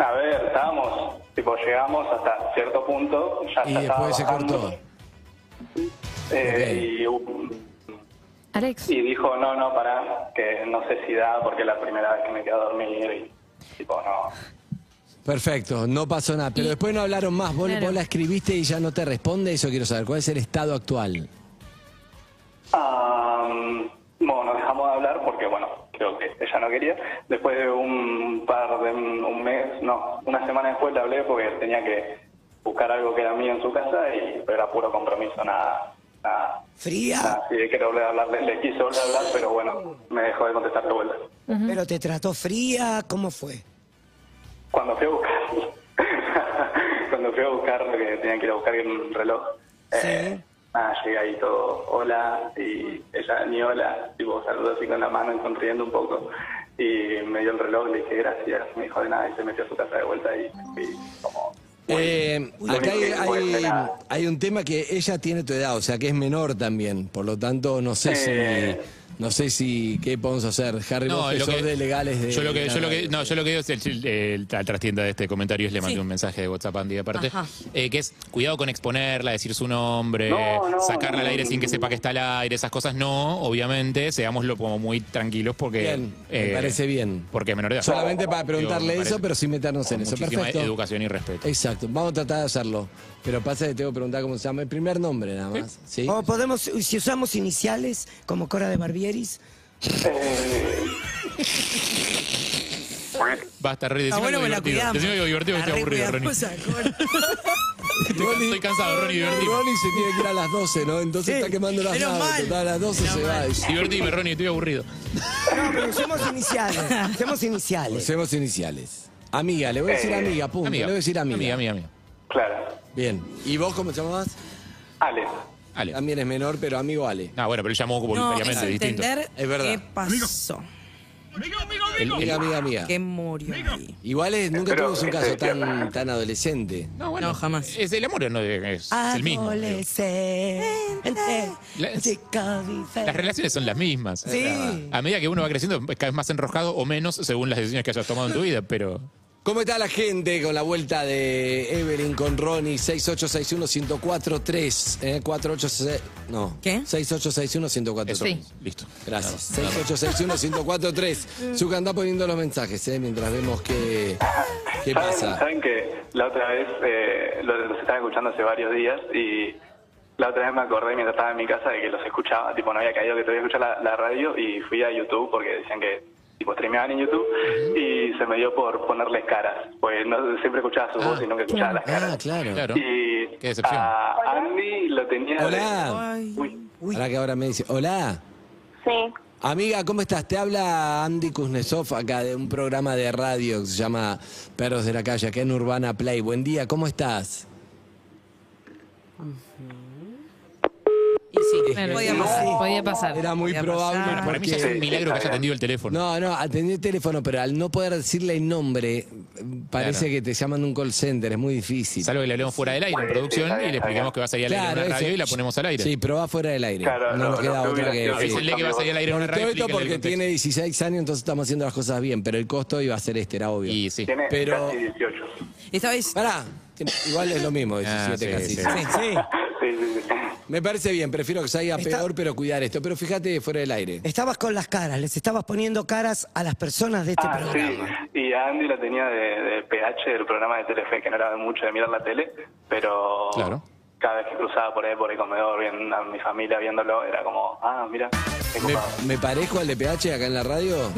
S9: Ah, A ver, estábamos, tipo, llegamos hasta cierto punto. Ya,
S5: Y
S9: ya estaba
S5: después se
S9: bajando,
S5: cortó.
S9: eh, y un-
S7: Alex.
S9: Y dijo, no, no, pará, que no sé si da porque es la primera vez que me quedo a dormir y tipo, no.
S5: Perfecto, no pasó nada. Pero
S7: Y-
S5: después no hablaron más. Vos,
S7: Claro.
S5: vos la escribiste y ya no te responde. Eso quiero saber. ¿Cuál es el estado actual?
S9: Am, bueno, nos dejamos de hablar porque, bueno, creo que ella no quería. Después de un par de un mes, no, una semana después le hablé porque tenía que buscar algo que era mío en su casa y era puro compromiso, nada. nada.
S4: Fría,
S9: nada. Sí, que volver a hablar, le, le quise volver a hablar, pero bueno, me dejó de contestar de vuelta.
S4: pero te trató fría. ¿Cómo fue?
S9: Cuando fui a buscar, cuando fui a buscar lo que tenía que ir a buscar era un reloj, eh, nada, llegué ahí todo, hola, y ella ni hola, tipo saludó así con la mano, sonriendo un poco, y me dio el reloj, le dije gracias, me dijo de nada, y se metió a su casa de vuelta y, y como...
S5: Eh,
S9: Uy,
S5: acá hay,
S9: no me
S5: hay-
S9: nada.
S5: hay un tema que ella tiene tu edad, o sea que es menor también. Por lo tanto, no sé
S9: Eh.
S5: si. No sé si. ¿Qué podemos hacer? Harry, vos que
S6: lo
S5: sos
S6: que-
S5: de legales de.
S6: yo lo que,
S5: la
S6: yo lo que,
S5: radio.
S6: no, yo lo que digo es el- el- el- la trastienda de este comentario es le mandé
S8: Sí.
S6: un mensaje de WhatsApp a Andy aparte,
S8: Ajá.
S6: eh, que es cuidado con exponerla, decir su nombre,
S9: No, no,
S6: sacarla al
S9: no.
S6: aire sin que sepa que está al aire, esas cosas no, obviamente, seámoslo como muy tranquilos porque eh,
S5: Bien, me parece bien.
S6: Porque es menor de edad.
S5: Solamente para
S6: Digo,
S5: preguntarle eso,
S6: me parece
S5: pero sin meternos en
S6: con
S5: eso.
S6: muchísima
S5: Perfecto. Eh,
S6: educación y respeto.
S5: Exacto, vamos a tratar de hacerlo. Pero pasa que tengo que preguntar cómo se llama. El primer nombre nada más. ¿sí?
S6: Oh,
S4: O podemos, si usamos iniciales, como Cora de Barbieris.
S6: Basta, Rey,
S8: Está
S6: decime
S8: bueno
S6: algo
S8: que la
S6: divertido.
S8: cuidamos.
S6: Decime algo divertido que
S8: La
S6: estoy aburrido, Ronnie.
S8: recuidamos,
S6: Estoy, estoy cansado, Ronnie, divertime.
S5: Ronnie se tiene que ir a las 12, ¿no? Entonces
S4: Sí,
S5: está quemando las
S8: menos
S5: naves.
S8: mal.
S5: total, a las 12 se va.
S6: Divertime, Ronnie, estoy aburrido.
S4: No, pero usemos iniciales. Usemos iniciales.
S5: Usemos iniciales. Amiga, le voy a decir
S9: Eh,
S5: amiga, punto. Le
S6: Amiga,
S5: voy a decir amiga.
S6: amiga, amiga. amiga.
S9: Claro,
S5: Bien. ¿Y vos cómo te llamabas?
S9: Ale,
S6: Ale.
S5: También es menor, pero amigo Ale.
S6: Ah, bueno, pero él llamó
S8: No,
S6: voluntariamente,
S8: es
S6: distinto.
S8: entender
S5: Es verdad.
S8: qué pasó.
S5: El miga, miga, miga.
S8: Que murió ahí.
S5: Igual es- nunca
S9: Pero,
S5: tuvimos un
S9: este,
S5: caso
S9: yo-
S5: tan, tan adolescente.
S6: No, bueno.
S8: No, jamás.
S6: Es el amor, no es, el mismo. digo.
S4: Adolescente,
S6: La-
S4: chica diferente.
S6: Las relaciones son las mismas.
S4: Sí.
S6: A medida que uno va creciendo, es cada vez más enroscado o menos según las decisiones que hayas tomado en tu vida, pero.
S5: ¿Cómo está la gente con la vuelta de Evelyn con Ronnie? 6861-1043. Eh, 4866 no.
S8: ¿Qué?
S5: 6861-1043.
S6: Eso.
S7: Sí.
S6: Listo.
S5: Gracias. 6861-1043. Zuka, anda poniendo los mensajes, eh, mientras vemos qué, qué
S9: ¿Saben,
S5: pasa.
S9: saben que la otra vez eh, lo- los, estaba escuchando hace varios días y la otra vez me acordé mientras estaba en mi casa de que los escuchaba, tipo no había caído que todavía escuchar la, la radio y fui a YouTube porque decían que tipo streameaban en YouTube y se me dio por ponerles caras, pues no siempre escuchaba su voz y nunca escuchaba las
S5: Ah,
S9: caras.
S5: claro.
S6: Claro.
S9: Y
S6: Qué decepción.
S9: a Andy lo tenía de-
S5: Hola.
S9: Uy,
S5: Ahora que ahora me dice, hola.
S10: Sí,
S5: Amiga, ¿cómo estás? Te habla Andy Kuznetsov acá de un programa de radio que se llama Perros de la Calle, acá en Urbana Play. Buen día, ¿cómo estás?
S8: Y sí,
S7: Claro,
S8: podía
S7: sí,
S8: pasar.
S7: podía pasar.
S5: Era muy
S8: Podía
S5: probable
S8: pasar.
S6: Para mí ya es
S5: porque...
S6: un milagro que haya atendido el teléfono.
S5: Ah, No, no, atendí el teléfono, pero al no poder decirle el nombre, eh, parece
S6: Claro.
S5: que te llaman de un call center, es muy difícil.
S6: Salvo que le hablemos fuera del aire en producción y le explicamos que va a salir al aire en
S5: Claro,
S6: una radio
S5: eso.
S6: y la ponemos al aire.
S5: Sí, probá fuera del aire.
S9: Claro,
S5: no
S9: no,
S5: nos queda
S9: no, no
S5: otra
S9: hubiera
S5: que
S9: sido
S5: decir.
S6: Avísenle que va a salir al aire en una radio.
S5: Todo esto
S6: explíquenle el
S5: porque
S6: contexto.
S5: tiene 16 años, entonces estamos haciendo las cosas bien, pero el costo iba a ser este, era obvio.
S6: Y sí.
S9: tiene
S5: Pero-
S9: casi 18.
S8: Esta vez.
S5: Pará, igual es lo mismo, 17
S6: Ah,
S5: casi.
S6: sí, sí.
S8: Sí, sí.
S9: Sí, sí, sí.
S5: Me parece bien, prefiero que salga
S4: Está-
S5: peor, pero cuidar esto. Pero fíjate fuera del aire.
S4: Estabas con las caras, les estabas poniendo caras a las personas de este
S9: Ah, sí.
S4: programa.
S9: Y a Andy la tenía de, de PH del programa de Telefe, que no era mucho de mirar la tele, pero
S6: Claro.
S9: cada vez que cruzaba por ahí, por el comedor, viendo a mi familia viéndolo, era como, ah, mira, qué
S5: ¿Me,
S9: copado.
S5: me parezco al de PH acá en la radio?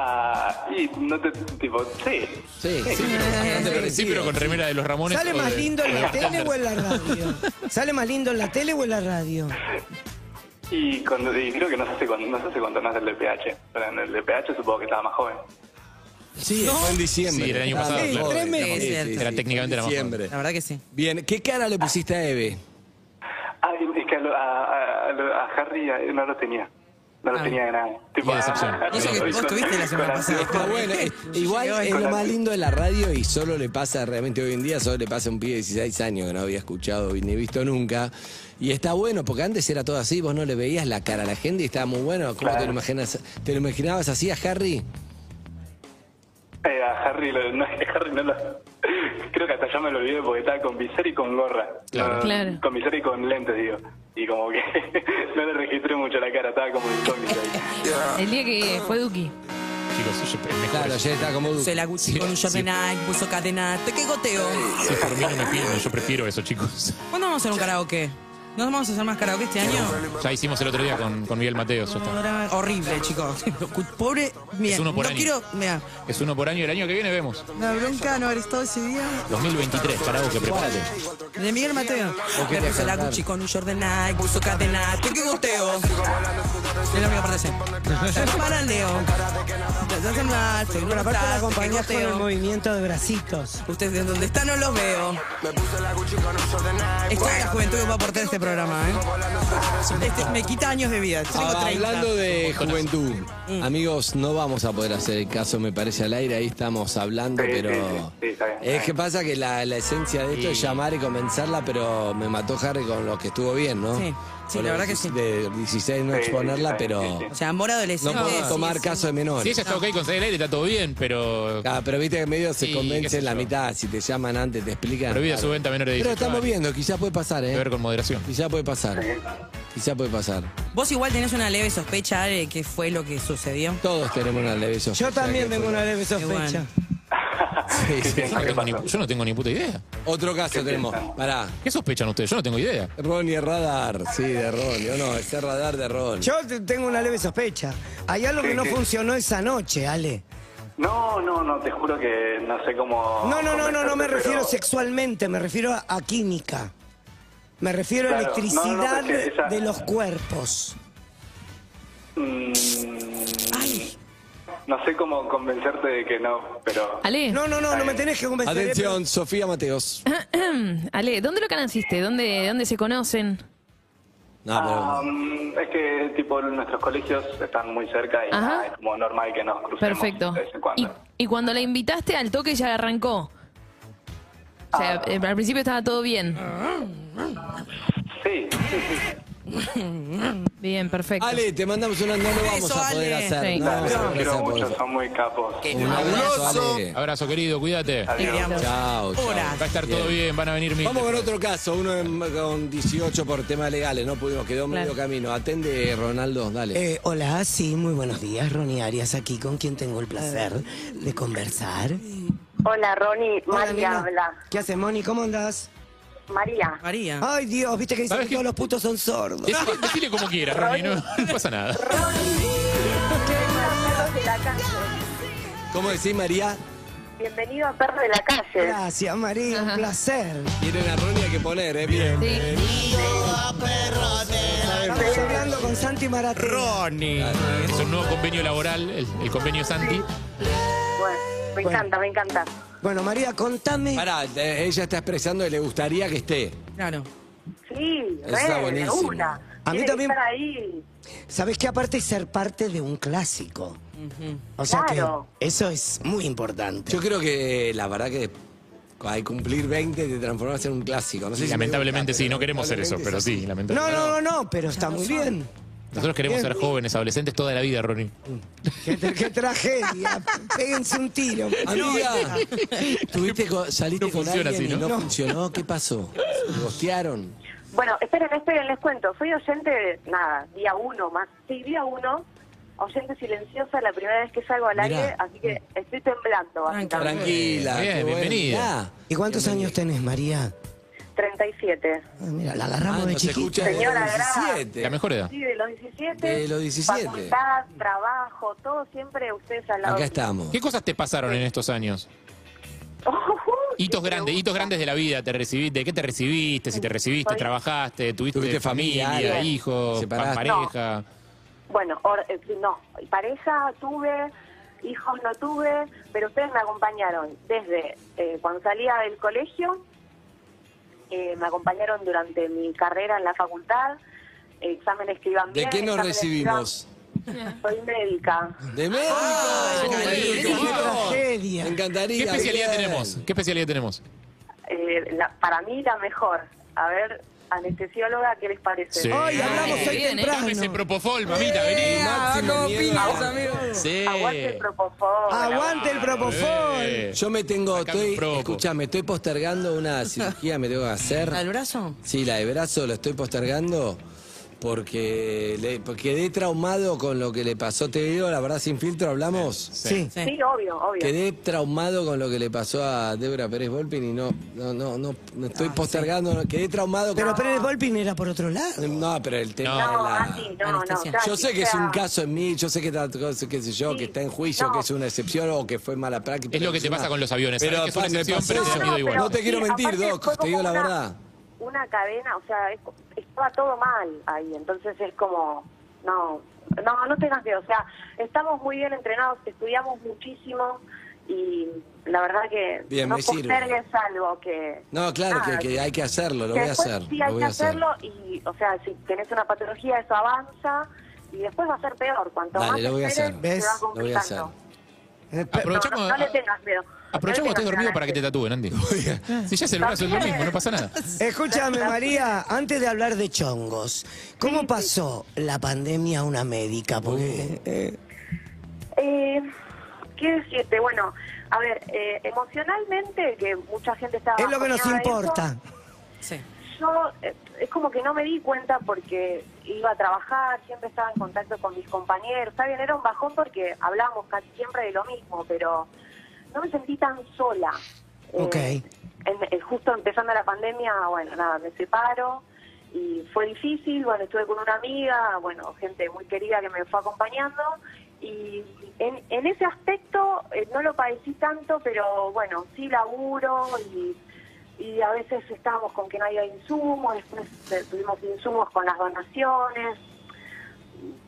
S9: Ah, y no te, tipo, sí.
S5: Sí, sí.
S6: Bastante parecido, pero con remera de los Ramones.
S4: ¿Sale
S6: o
S4: más
S6: de-
S4: lindo en
S6: de
S4: la
S6: los
S4: tele
S6: Thunders.
S4: o en la radio? ¿Sale más lindo en la tele o en la radio?
S9: Y, cuando, y creo que no se hace cuando, no se hace cuando nace el de PH, pero en el de PH supongo que estaba más joven.
S5: Sí, fue en diciembre.
S6: Sí, era el año
S5: Ah,
S6: pasado,
S5: sí,
S6: claro.
S5: tres
S8: Sí,
S5: meses.
S8: sí, sí,
S6: era técnicamente
S5: fue en
S6: la más joven.
S5: diciembre.
S8: La verdad que sí.
S5: Bien, ¿qué cara le pusiste a Eve?
S9: Ah, y es que a, lo- a- a- a lo- a Harry eh, no lo tenía. No lo
S8: Ah.
S9: tenía de nada. Tipo,
S6: Qué decepción.
S9: ah,
S8: Eso que
S9: con-
S8: vos tuviste la semana
S9: con
S8: pasada.
S9: ansiedad.
S5: Está bueno, es- igual es lo más lindo de la radio y solo le pasa realmente hoy en día, solo le pasa a un pibe de 16 años que no había escuchado ni visto nunca. Y está bueno, porque antes era todo así, vos no le veías la cara a la gente y estaba muy bueno. ¿Cómo te, lo imaginas, te lo imaginabas así a Harry?
S9: Eh, a Harry, lo- no, Harry no lo... Creo que hasta yo me lo olvidé porque estaba con visor y con gorra.
S6: Claro.
S9: No,
S7: Claro.
S9: Con visor y con lentes, digo. Y como que no le registré mucho la cara, estaba como incógnito ahí.
S7: El día que fue Duki.
S6: Chicos, yo- es mejor
S5: Claro,
S6: eso.
S5: ya está como
S8: Soy la Gucci con un short de Nike, puso cadena. ¿Qué goteo?
S6: Si por mí no me pierdo, yo prefiero eso, chicos.
S8: ¿Cuándo vamos a hacer un karaoke? ¿No vamos a hacer más karaoke este año?
S6: Ya hicimos el otro día con, con Miguel Mateos. ya está.
S8: Horrible, chicos. Pobre. Mira,
S6: Es uno por
S8: no
S6: año.
S8: quiero. Mira,
S6: Es uno por año, el año que viene vemos.
S8: la bronca no haber estado ese día.
S6: 2023, carajo que prepárate.
S8: De Miguel Mateo.
S5: qué
S8: Me
S5: te
S8: puso la
S5: cantar?
S8: Gucci con un short de Nike, puso cadena. ¿Qué qué goteo? Es la única parte así. Para Leo. Ya se mal,
S4: Bueno,
S8: seguro
S4: aparte la
S8: estás, ¿qué
S4: acompañás con el
S8: goteo?
S4: movimiento de bracitos.
S8: Ustedes de donde están no los veo. Estoy en la juventud que va a aportar este programa, ¿eh? Este, me quita años de vida. Yo tengo
S4: Ah,
S8: 30.
S5: Ah, hablando de juventud, amigos, no vamos a poder hacer el caso, me parece, al aire, ahí estamos hablando,
S9: Sí,
S5: pero...
S9: sí, sí, sí, está bien.
S5: Es que pasa que la, la esencia de esto es llamar y comenzarla, pero me mató Harry con lo que estuvo bien, ¿no?
S8: Sí, sí,
S5: Con
S8: la
S5: lo
S8: verdad que sí.
S5: De 16 no
S9: Sí, sí,
S5: exponerla,
S9: está bien,
S5: pero
S9: sí,
S8: O sea, amor
S5: no
S8: adolescente.
S5: puedo
S8: sí,
S5: tomar
S8: sí.
S5: caso de
S6: Si
S5: menores.
S6: ella está ok con salir al aire, está todo bien, pero
S5: Ah, pero viste que medio se
S6: Sí, qué
S5: convence
S6: sé
S5: en la
S6: yo.
S5: mitad, si te llaman antes, te explican.
S6: prohibida
S5: claro.
S6: su venta a menores de
S5: Pero
S6: 18
S5: estamos
S6: años.
S5: viendo, quizá puede pasar,
S6: Hay que ver
S5: ¿eh?
S6: con moderación.
S5: Quizá puede pasar. Quizá puede pasar.
S8: Vos igual tenés una leve sospecha de qué fue lo que sucedió.
S5: Todos tenemos una leve sospecha
S4: Yo también
S5: que
S4: tengo
S5: fue-
S4: una leve sospecha.
S8: bueno.
S5: Sí, sí.
S6: Yo no tengo ni- Yo no tengo ni puta idea.
S5: Otro caso tenemos. Pará.
S6: ¿Qué sospechan ustedes? Yo no tengo idea.
S5: Ronnie radar, sí, de Ronnie. o No, ese radar de Ronnie.
S4: Yo te- tengo una leve sospecha. Hay algo que no funcionó esa noche, Ale.
S9: No, no, no, te juro que no sé cómo...
S4: No, no, no, no, no me
S9: convencerte,
S4: refiero
S9: pero-
S4: sexualmente, me refiero a, a química. Me refiero a
S9: Claro, no, no,
S4: electricidad
S9: porque
S4: de-
S9: esa-
S4: de los cuerpos.
S9: Mm, No sé cómo convencerte de que no, pero...
S7: Ale,
S4: No, no, no, no me tenés que convencer. eh,
S5: Atención, Sofía Mateos.
S7: Ale, ¿dónde lo conociste? ¿Dónde, ¿Dónde se conocen?
S5: No, pero-
S9: Um, es que, tipo, nuestros colegios están muy cerca y
S7: Ajá.
S9: nada, es como normal que nos crucemos
S7: Perfecto.
S9: de vez en
S7: Y,
S9: cuando.
S7: y cuando la invitaste al toque ya arrancó. O
S9: Ah.
S7: sea, eh, al principio estaba todo bien.
S9: Sí, sí, sí.
S7: Bien, perfecto. Eh,
S5: Ale, te mandamos una. No lo vamos
S10: Beso,
S5: a poder
S10: Ale.
S5: hacer.
S7: Sí.
S5: No,
S9: Dale,
S5: vamos a
S9: los
S5: poder
S9: quiero
S5: hacer,
S9: mucho,
S5: porque-
S9: son muy capos.
S5: Un abrazo, Ale.
S6: Abrazo, querido, cuídate. Va
S9: Adiós.
S5: Chao, chao.
S10: Hola.
S6: a estar todo bien, van a venir mil.
S5: Vamos con otro caso, uno en- con 18 por temas legales, no pudimos, quedó medio
S7: Claro.
S5: camino. Atende, Ronaldo, dale.
S4: Eh, hola, sí, muy buenos días. Ronnie Arias aquí, con quien tengo el placer de conversar.
S8: Hola, Ronnie.
S4: Hola,
S8: María
S4: nena.
S8: habla.
S4: ¿Qué haces, Moni? ¿Cómo andás?
S8: María.
S10: María.
S4: Ay, Dios, viste que dicen
S6: ¿Sabes
S4: que
S6: qué?
S4: todos los putos son sordos.
S6: Decile, decile como quieras, Ronnie, no, no pasa nada.
S8: Perros de la calle.
S5: ¿Cómo decís, María?
S8: Bienvenido a Perros de la Calle.
S4: Gracias, María, un placer.
S5: Tienen a Ronnie hay que poner, ¿eh? Bien.
S4: Estamos hablando con Santi Maratón.
S10: Ronnie.
S6: Es un nuevo convenio laboral, el, el convenio Santi.
S8: Bueno, me
S4: Bueno.
S8: encanta, me encanta.
S4: Bueno, María, contame.
S5: Pará, eh, ella está expresando que le gustaría que esté.
S10: Claro.
S8: Sí,
S5: Está
S9: Eh,
S8: re, de
S5: buenísimo.
S8: una.
S4: A mí
S8: Tiene que
S4: también-
S8: estar ahí.
S4: ¿Sabes qué? Aparte ser parte de un clásico. O sea
S8: Claro.
S4: que eso es muy importante.
S5: Yo creo que la verdad que al cumplir 20 te transformas en un clásico. No sé si me
S6: Lamentablemente
S5: gusta,
S6: sí,
S5: pero
S6: no queremos ser eso, pero sí,
S4: No,
S6: lamentablemente.
S4: no, no, no, pero está muy bien.
S6: Nosotros queremos ser jóvenes, adolescentes toda la vida, Ronnie.
S4: Qué, tra- qué tragedia. Péguense un tiro.
S5: Amiga, tuviste con- saliste
S6: No
S5: con
S6: funciona
S5: alguien
S6: así,
S5: y no,
S6: ¿no?
S5: funcionó. ¿Qué pasó? ¿Te ¿Gostearon?
S8: Bueno, esperen, esperen, les cuento. Soy oyente, de- nada, día uno más. Sí, día uno. Oyente silenciosa, la primera vez que salgo al
S5: Mirá.
S8: aire, así que estoy temblando, básicamente.
S5: Tranquila.
S6: Bien,
S5: qué bueno.
S6: bienvenida.
S5: Ah,
S4: ¿Y cuántos años tenés, María?
S8: 37.
S4: Ah, mira, la
S5: Ah,
S4: agarramos de
S5: no se
S4: chiquita.
S5: escucha desde
S8: Señora,
S5: los
S8: gracias.
S5: 17.
S6: La mejor edad.
S8: Sí, de los 17.
S5: De los 17.
S8: Facultad, trabajo, todo siempre ustedes al lado.
S5: Acá
S8: mío.
S5: estamos.
S6: ¿Qué cosas te pasaron en estos años? Hitos grandes, hitos grandes de la vida, te recibiste, ¿qué te recibiste? Si te recibiste,
S8: Soy-
S6: trabajaste, tuviste,
S5: Tuviste familia,
S6: familia,
S5: algo.
S6: hijos, pa-
S5: Separaste.
S6: pareja.
S8: Bueno, or- eh, no, pareja tuve, hijos no tuve, pero ustedes me acompañaron desde eh, cuando salía del colegio, eh, me acompañaron durante mi carrera en la facultad, exámenes que iban
S5: ¿De
S8: bien.
S5: qué nos
S8: exámenes que
S5: recibimos?
S8: iban- Soy médica.
S5: De médico.
S4: ¡Qué
S5: Qué
S4: tragedia!
S5: Me encantaría.
S6: ¿Qué especialidad
S5: bien.
S6: tenemos? ¿Qué especialidad tenemos?
S8: Eh, la- para mí la mejor. A ver, anestesióloga, ¿qué les parece?
S6: Sí.
S4: Hoy hablamos hoy
S7: Bien, ¿eh?
S6: Dame ese
S4: temprano.
S6: propofol, mamita, vení.
S4: Ah,
S5: Máximo miedo.
S6: Sí.
S8: Aguante el propofol.
S4: Aguante el propofol.
S6: Eh.
S5: Yo me tengo,
S6: Sacame
S5: estoy,
S6: un propo.
S5: escuchame, estoy postergando una cirugía, me tengo que hacer.
S10: ¿Al brazo?
S5: Sí, la de brazo lo estoy postergando porque, le, porque quedé traumado con lo que le pasó. Te digo, la verdad, sin filtro hablamos.
S4: Sí.
S8: Sí, obvio, obvio.
S5: Quedé traumado con y le pasó a Débora Pérez Volpin y no, no, no, no, no estoy postergando, no, quedé traumado
S4: Ah, Pero
S5: con...
S4: Pérez Volpin era por otro lado.
S5: No, pero el tema
S8: No,
S5: de la-
S8: Andy, no, no.
S10: Anestesia.
S8: Santi,
S5: Yo sé que
S8: o
S5: es
S8: sea,
S5: un caso en mí, yo sé que, está- qué sé yo,
S8: Sí.
S5: que está en juicio,
S8: No.
S5: que es una excepción o que fue mala práctica.
S6: Es lo que te
S5: una-
S6: pasa con los aviones,
S5: Pero
S6: sabes que es una
S5: aparte me
S6: excepción,
S5: pasó
S6: pero te da
S5: eso.
S6: miedo igual.
S5: No te quiero
S8: sí,
S5: mentir,
S8: aparte fue
S5: Doc, te digo
S8: como
S5: la
S8: una-
S5: verdad.
S8: Una cadena, o sea, es- estaba todo mal ahí, entonces es como, no, no, no tengas miedo, o sea, estamos muy bien entrenados, estudiamos muchísimo y la verdad que
S5: Bien,
S8: no
S5: me sirve.
S8: postergues algo que...
S5: No, claro, que,
S8: nada,
S5: que hay que hacerlo, lo
S8: que
S5: voy a
S8: después
S5: hacer.
S8: Sí,
S5: lo
S8: hay
S5: voy
S8: que
S5: a hacer.
S8: hacerlo y, o sea, si tenés una patología, eso avanza y después va a ser peor, cuanto
S5: Dale,
S8: más
S5: lo voy a
S8: esperes,
S5: hacer.
S8: se
S4: ¿Ves?
S8: va
S5: Lo voy a hacer.
S8: complicando.
S4: Eh, pe-
S8: No, no,
S6: Aprovechamos,
S8: no le tengas miedo.
S6: aprovechamos que estés dormido para que te tatúen, Andy.
S5: Ah.
S6: Si ya es el brazo, es lo mismo, no pasa nada.
S4: Escúchame, María, antes de hablar de chongos, ¿cómo pasó la pandemia a una médica? Porque, eh,
S8: Eh, ¿Qué decirte? Bueno, a ver, eh, emocionalmente, que mucha gente estaba...
S4: es lo que nos
S8: bajoneada de eso,
S4: importa.
S10: Sí.
S8: yo eh, es como que no me di cuenta porque iba a trabajar, siempre estaba en contacto con mis compañeros. Está bien, era un bajón porque hablábamos casi siempre de lo mismo, pero no me sentí tan sola. Eh,
S4: Ok.
S8: en- eh, justo empezando la pandemia, bueno, nada, me separo y fue difícil. Bueno, estuve con una amiga, bueno, gente muy querida que me fue acompañando. Y en, en ese aspecto eh, no lo padecí tanto, pero bueno, sí laburo y y a veces estábamos con que no había insumos, después eh, tuvimos insumos con las donaciones.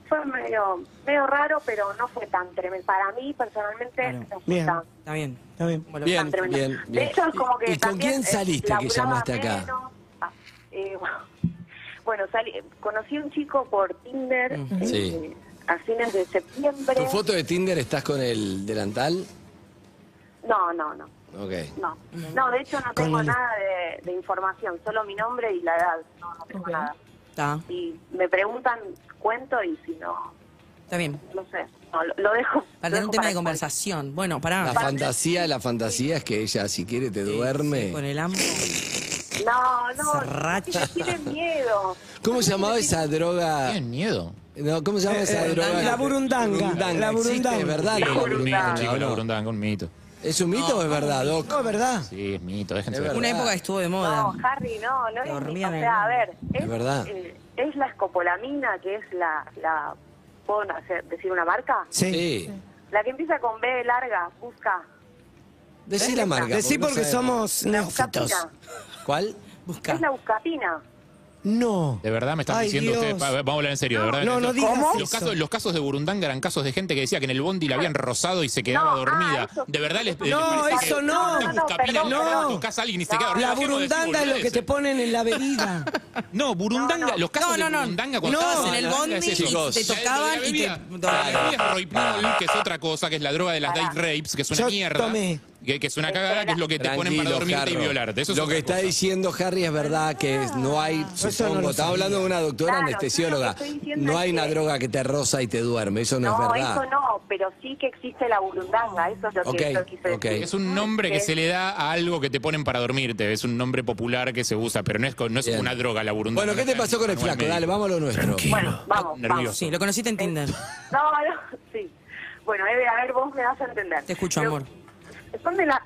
S8: Fue medio, medio raro, pero no fue tan tremendo. Para mí, personalmente, no fue
S4: Bien.
S8: tan,
S10: Está bien.
S4: Está bien.
S10: Como lo-
S5: Bien,
S8: tan tremendo.
S5: bien,
S8: De
S5: bien.
S8: hecho, es como que
S5: ¿Y- y con
S8: también,
S5: quién
S8: eh,
S5: saliste que
S8: laburaba
S5: llamaste acá?
S8: menos. Ah, eh, bueno.
S10: bueno, salí, conocí a un chico por Tinder eh,
S5: Sí.
S10: a fines de septiembre.
S5: ¿Tu foto de Tinder estás con el delantal?
S10: No, no, no.
S5: Ok.
S10: No, no, de hecho no
S4: Con
S10: tengo
S4: el-
S10: nada de, de información, solo mi nombre y la edad, no, no tengo
S7: Ok.
S10: nada.
S8: Está,
S10: Si me preguntan, cuento y si no,
S8: está bien.
S10: no sé, no, lo, lo dejo. lo
S8: Para tener
S10: dejo
S8: un tema de
S10: después.
S8: conversación. Bueno,
S5: La
S8: pará.
S5: fantasía, la fantasía es que ella, si quiere, te duerme.
S8: Sí, Con el amo.
S10: No, no,
S8: Zarracha.
S10: si me tienen miedo.
S5: ¿Cómo se llamaba esa droga?
S6: Tienen miedo.
S5: No, ¿Cómo se llama esa
S4: eh,
S5: droga?
S4: la burundanga, la
S5: existe,
S4: burundanga.
S5: ¿Es verdad? que es
S6: Sí,
S5: la
S6: un mito,
S5: burundanga,
S6: chicos,
S5: ¿o
S6: la
S5: no?
S6: burundanga, un mito.
S5: ¿Es un mito o es verdad, Doc?
S4: No, es verdad.
S6: Sí, es mito, déjense
S5: Es
S6: ver.
S5: verdad.
S8: Una época estuvo de moda.
S10: No, Harry, no, no es. O
S8: Dormían en
S10: sea, a
S8: el-
S10: ver,
S5: Es verdad.
S10: eh, es la escopolamina, que es la. la ¿Puedo hacer- decir una marca?
S4: Sí.
S5: Sí.
S10: La que empieza con B larga, busca.
S5: Decí la marca.
S4: Decí
S5: no
S4: porque
S5: sabemos.
S4: somos
S10: La
S4: neófitos.
S10: buscapina.
S5: ¿Cuál?
S8: Busca.
S10: Es la buscapina.
S4: No.
S6: De verdad me están
S4: Ay,
S6: diciendo
S4: Dios.
S6: ustedes, pa- vamos a hablar en serio, de verdad.
S4: No, no digas
S6: ¿Cómo? Los
S4: eso.
S6: casos, los casos de Burundanga eran casos de gente que decía que en el bondi la habían rozado y se quedaba
S10: No,
S6: dormida.
S10: ah, eso-
S6: de verdad les
S10: No,
S6: les parece
S4: eso
S6: que
S4: no.
S6: una buscapina,
S10: No,
S4: no,
S6: una-
S4: no.
S6: tocás a alguien y se queda dormida.
S4: La
S6: Dejemos de decir
S4: burundanga es lo que te
S6: boludeces.
S4: ponen en la bebida.
S6: No, Burundanga,
S10: No, no.
S6: los casos
S8: No, no,
S6: de
S8: no.
S6: Burundanga cuando
S4: No,
S6: estabas
S4: en
S8: el
S6: Burundanga
S8: bondi
S6: es eso.
S8: y te
S6: Ya,
S8: tocaban
S6: la
S8: y te-
S6: bebida- La bebida es roipinol, que es otra cosa, que es la droga de las date rapes, que es una
S4: Yo
S6: mierda.
S4: tomé.
S6: Que, que es una cagada, que es lo que te ponen para
S5: Tranquilo,
S6: dormirte y
S5: Jarro.
S6: violarte. Eso es
S5: lo
S6: otra
S5: que está
S6: cosa.
S5: diciendo Harry es verdad que es- no hay,
S4: lo
S5: supongo, estaba
S4: sabía.
S5: hablando de una doctora
S10: Claro, yo lo que
S5: anestesióloga,
S10: estoy diciendo
S5: no
S10: es
S5: hay una
S10: que-
S5: droga que te roza y te duerme, eso no,
S10: No,
S5: es verdad.
S10: eso no, pero sí que existe la burundanga, eso es lo que
S5: Ok,
S10: yo quise
S5: ok.
S10: decir.
S6: Es un nombre que se le da a algo que te ponen para dormirte. Es un nombre popular que se usa, pero no es, co- no es
S5: Bien.
S6: una droga la burundanga.
S5: Bueno, ¿qué te pasó con el
S6: No es
S5: flaco?
S6: médico.
S5: Dale, vamos a lo nuestro.
S10: Bueno, vamos,
S6: Nervioso.
S8: Sí, lo conociste en Tinder.
S10: vamos. No, no, sí. Bueno, Eve, a ver, vos me vas a entender.
S8: Te escucho,
S10: Pero
S8: amor.
S10: Son de la...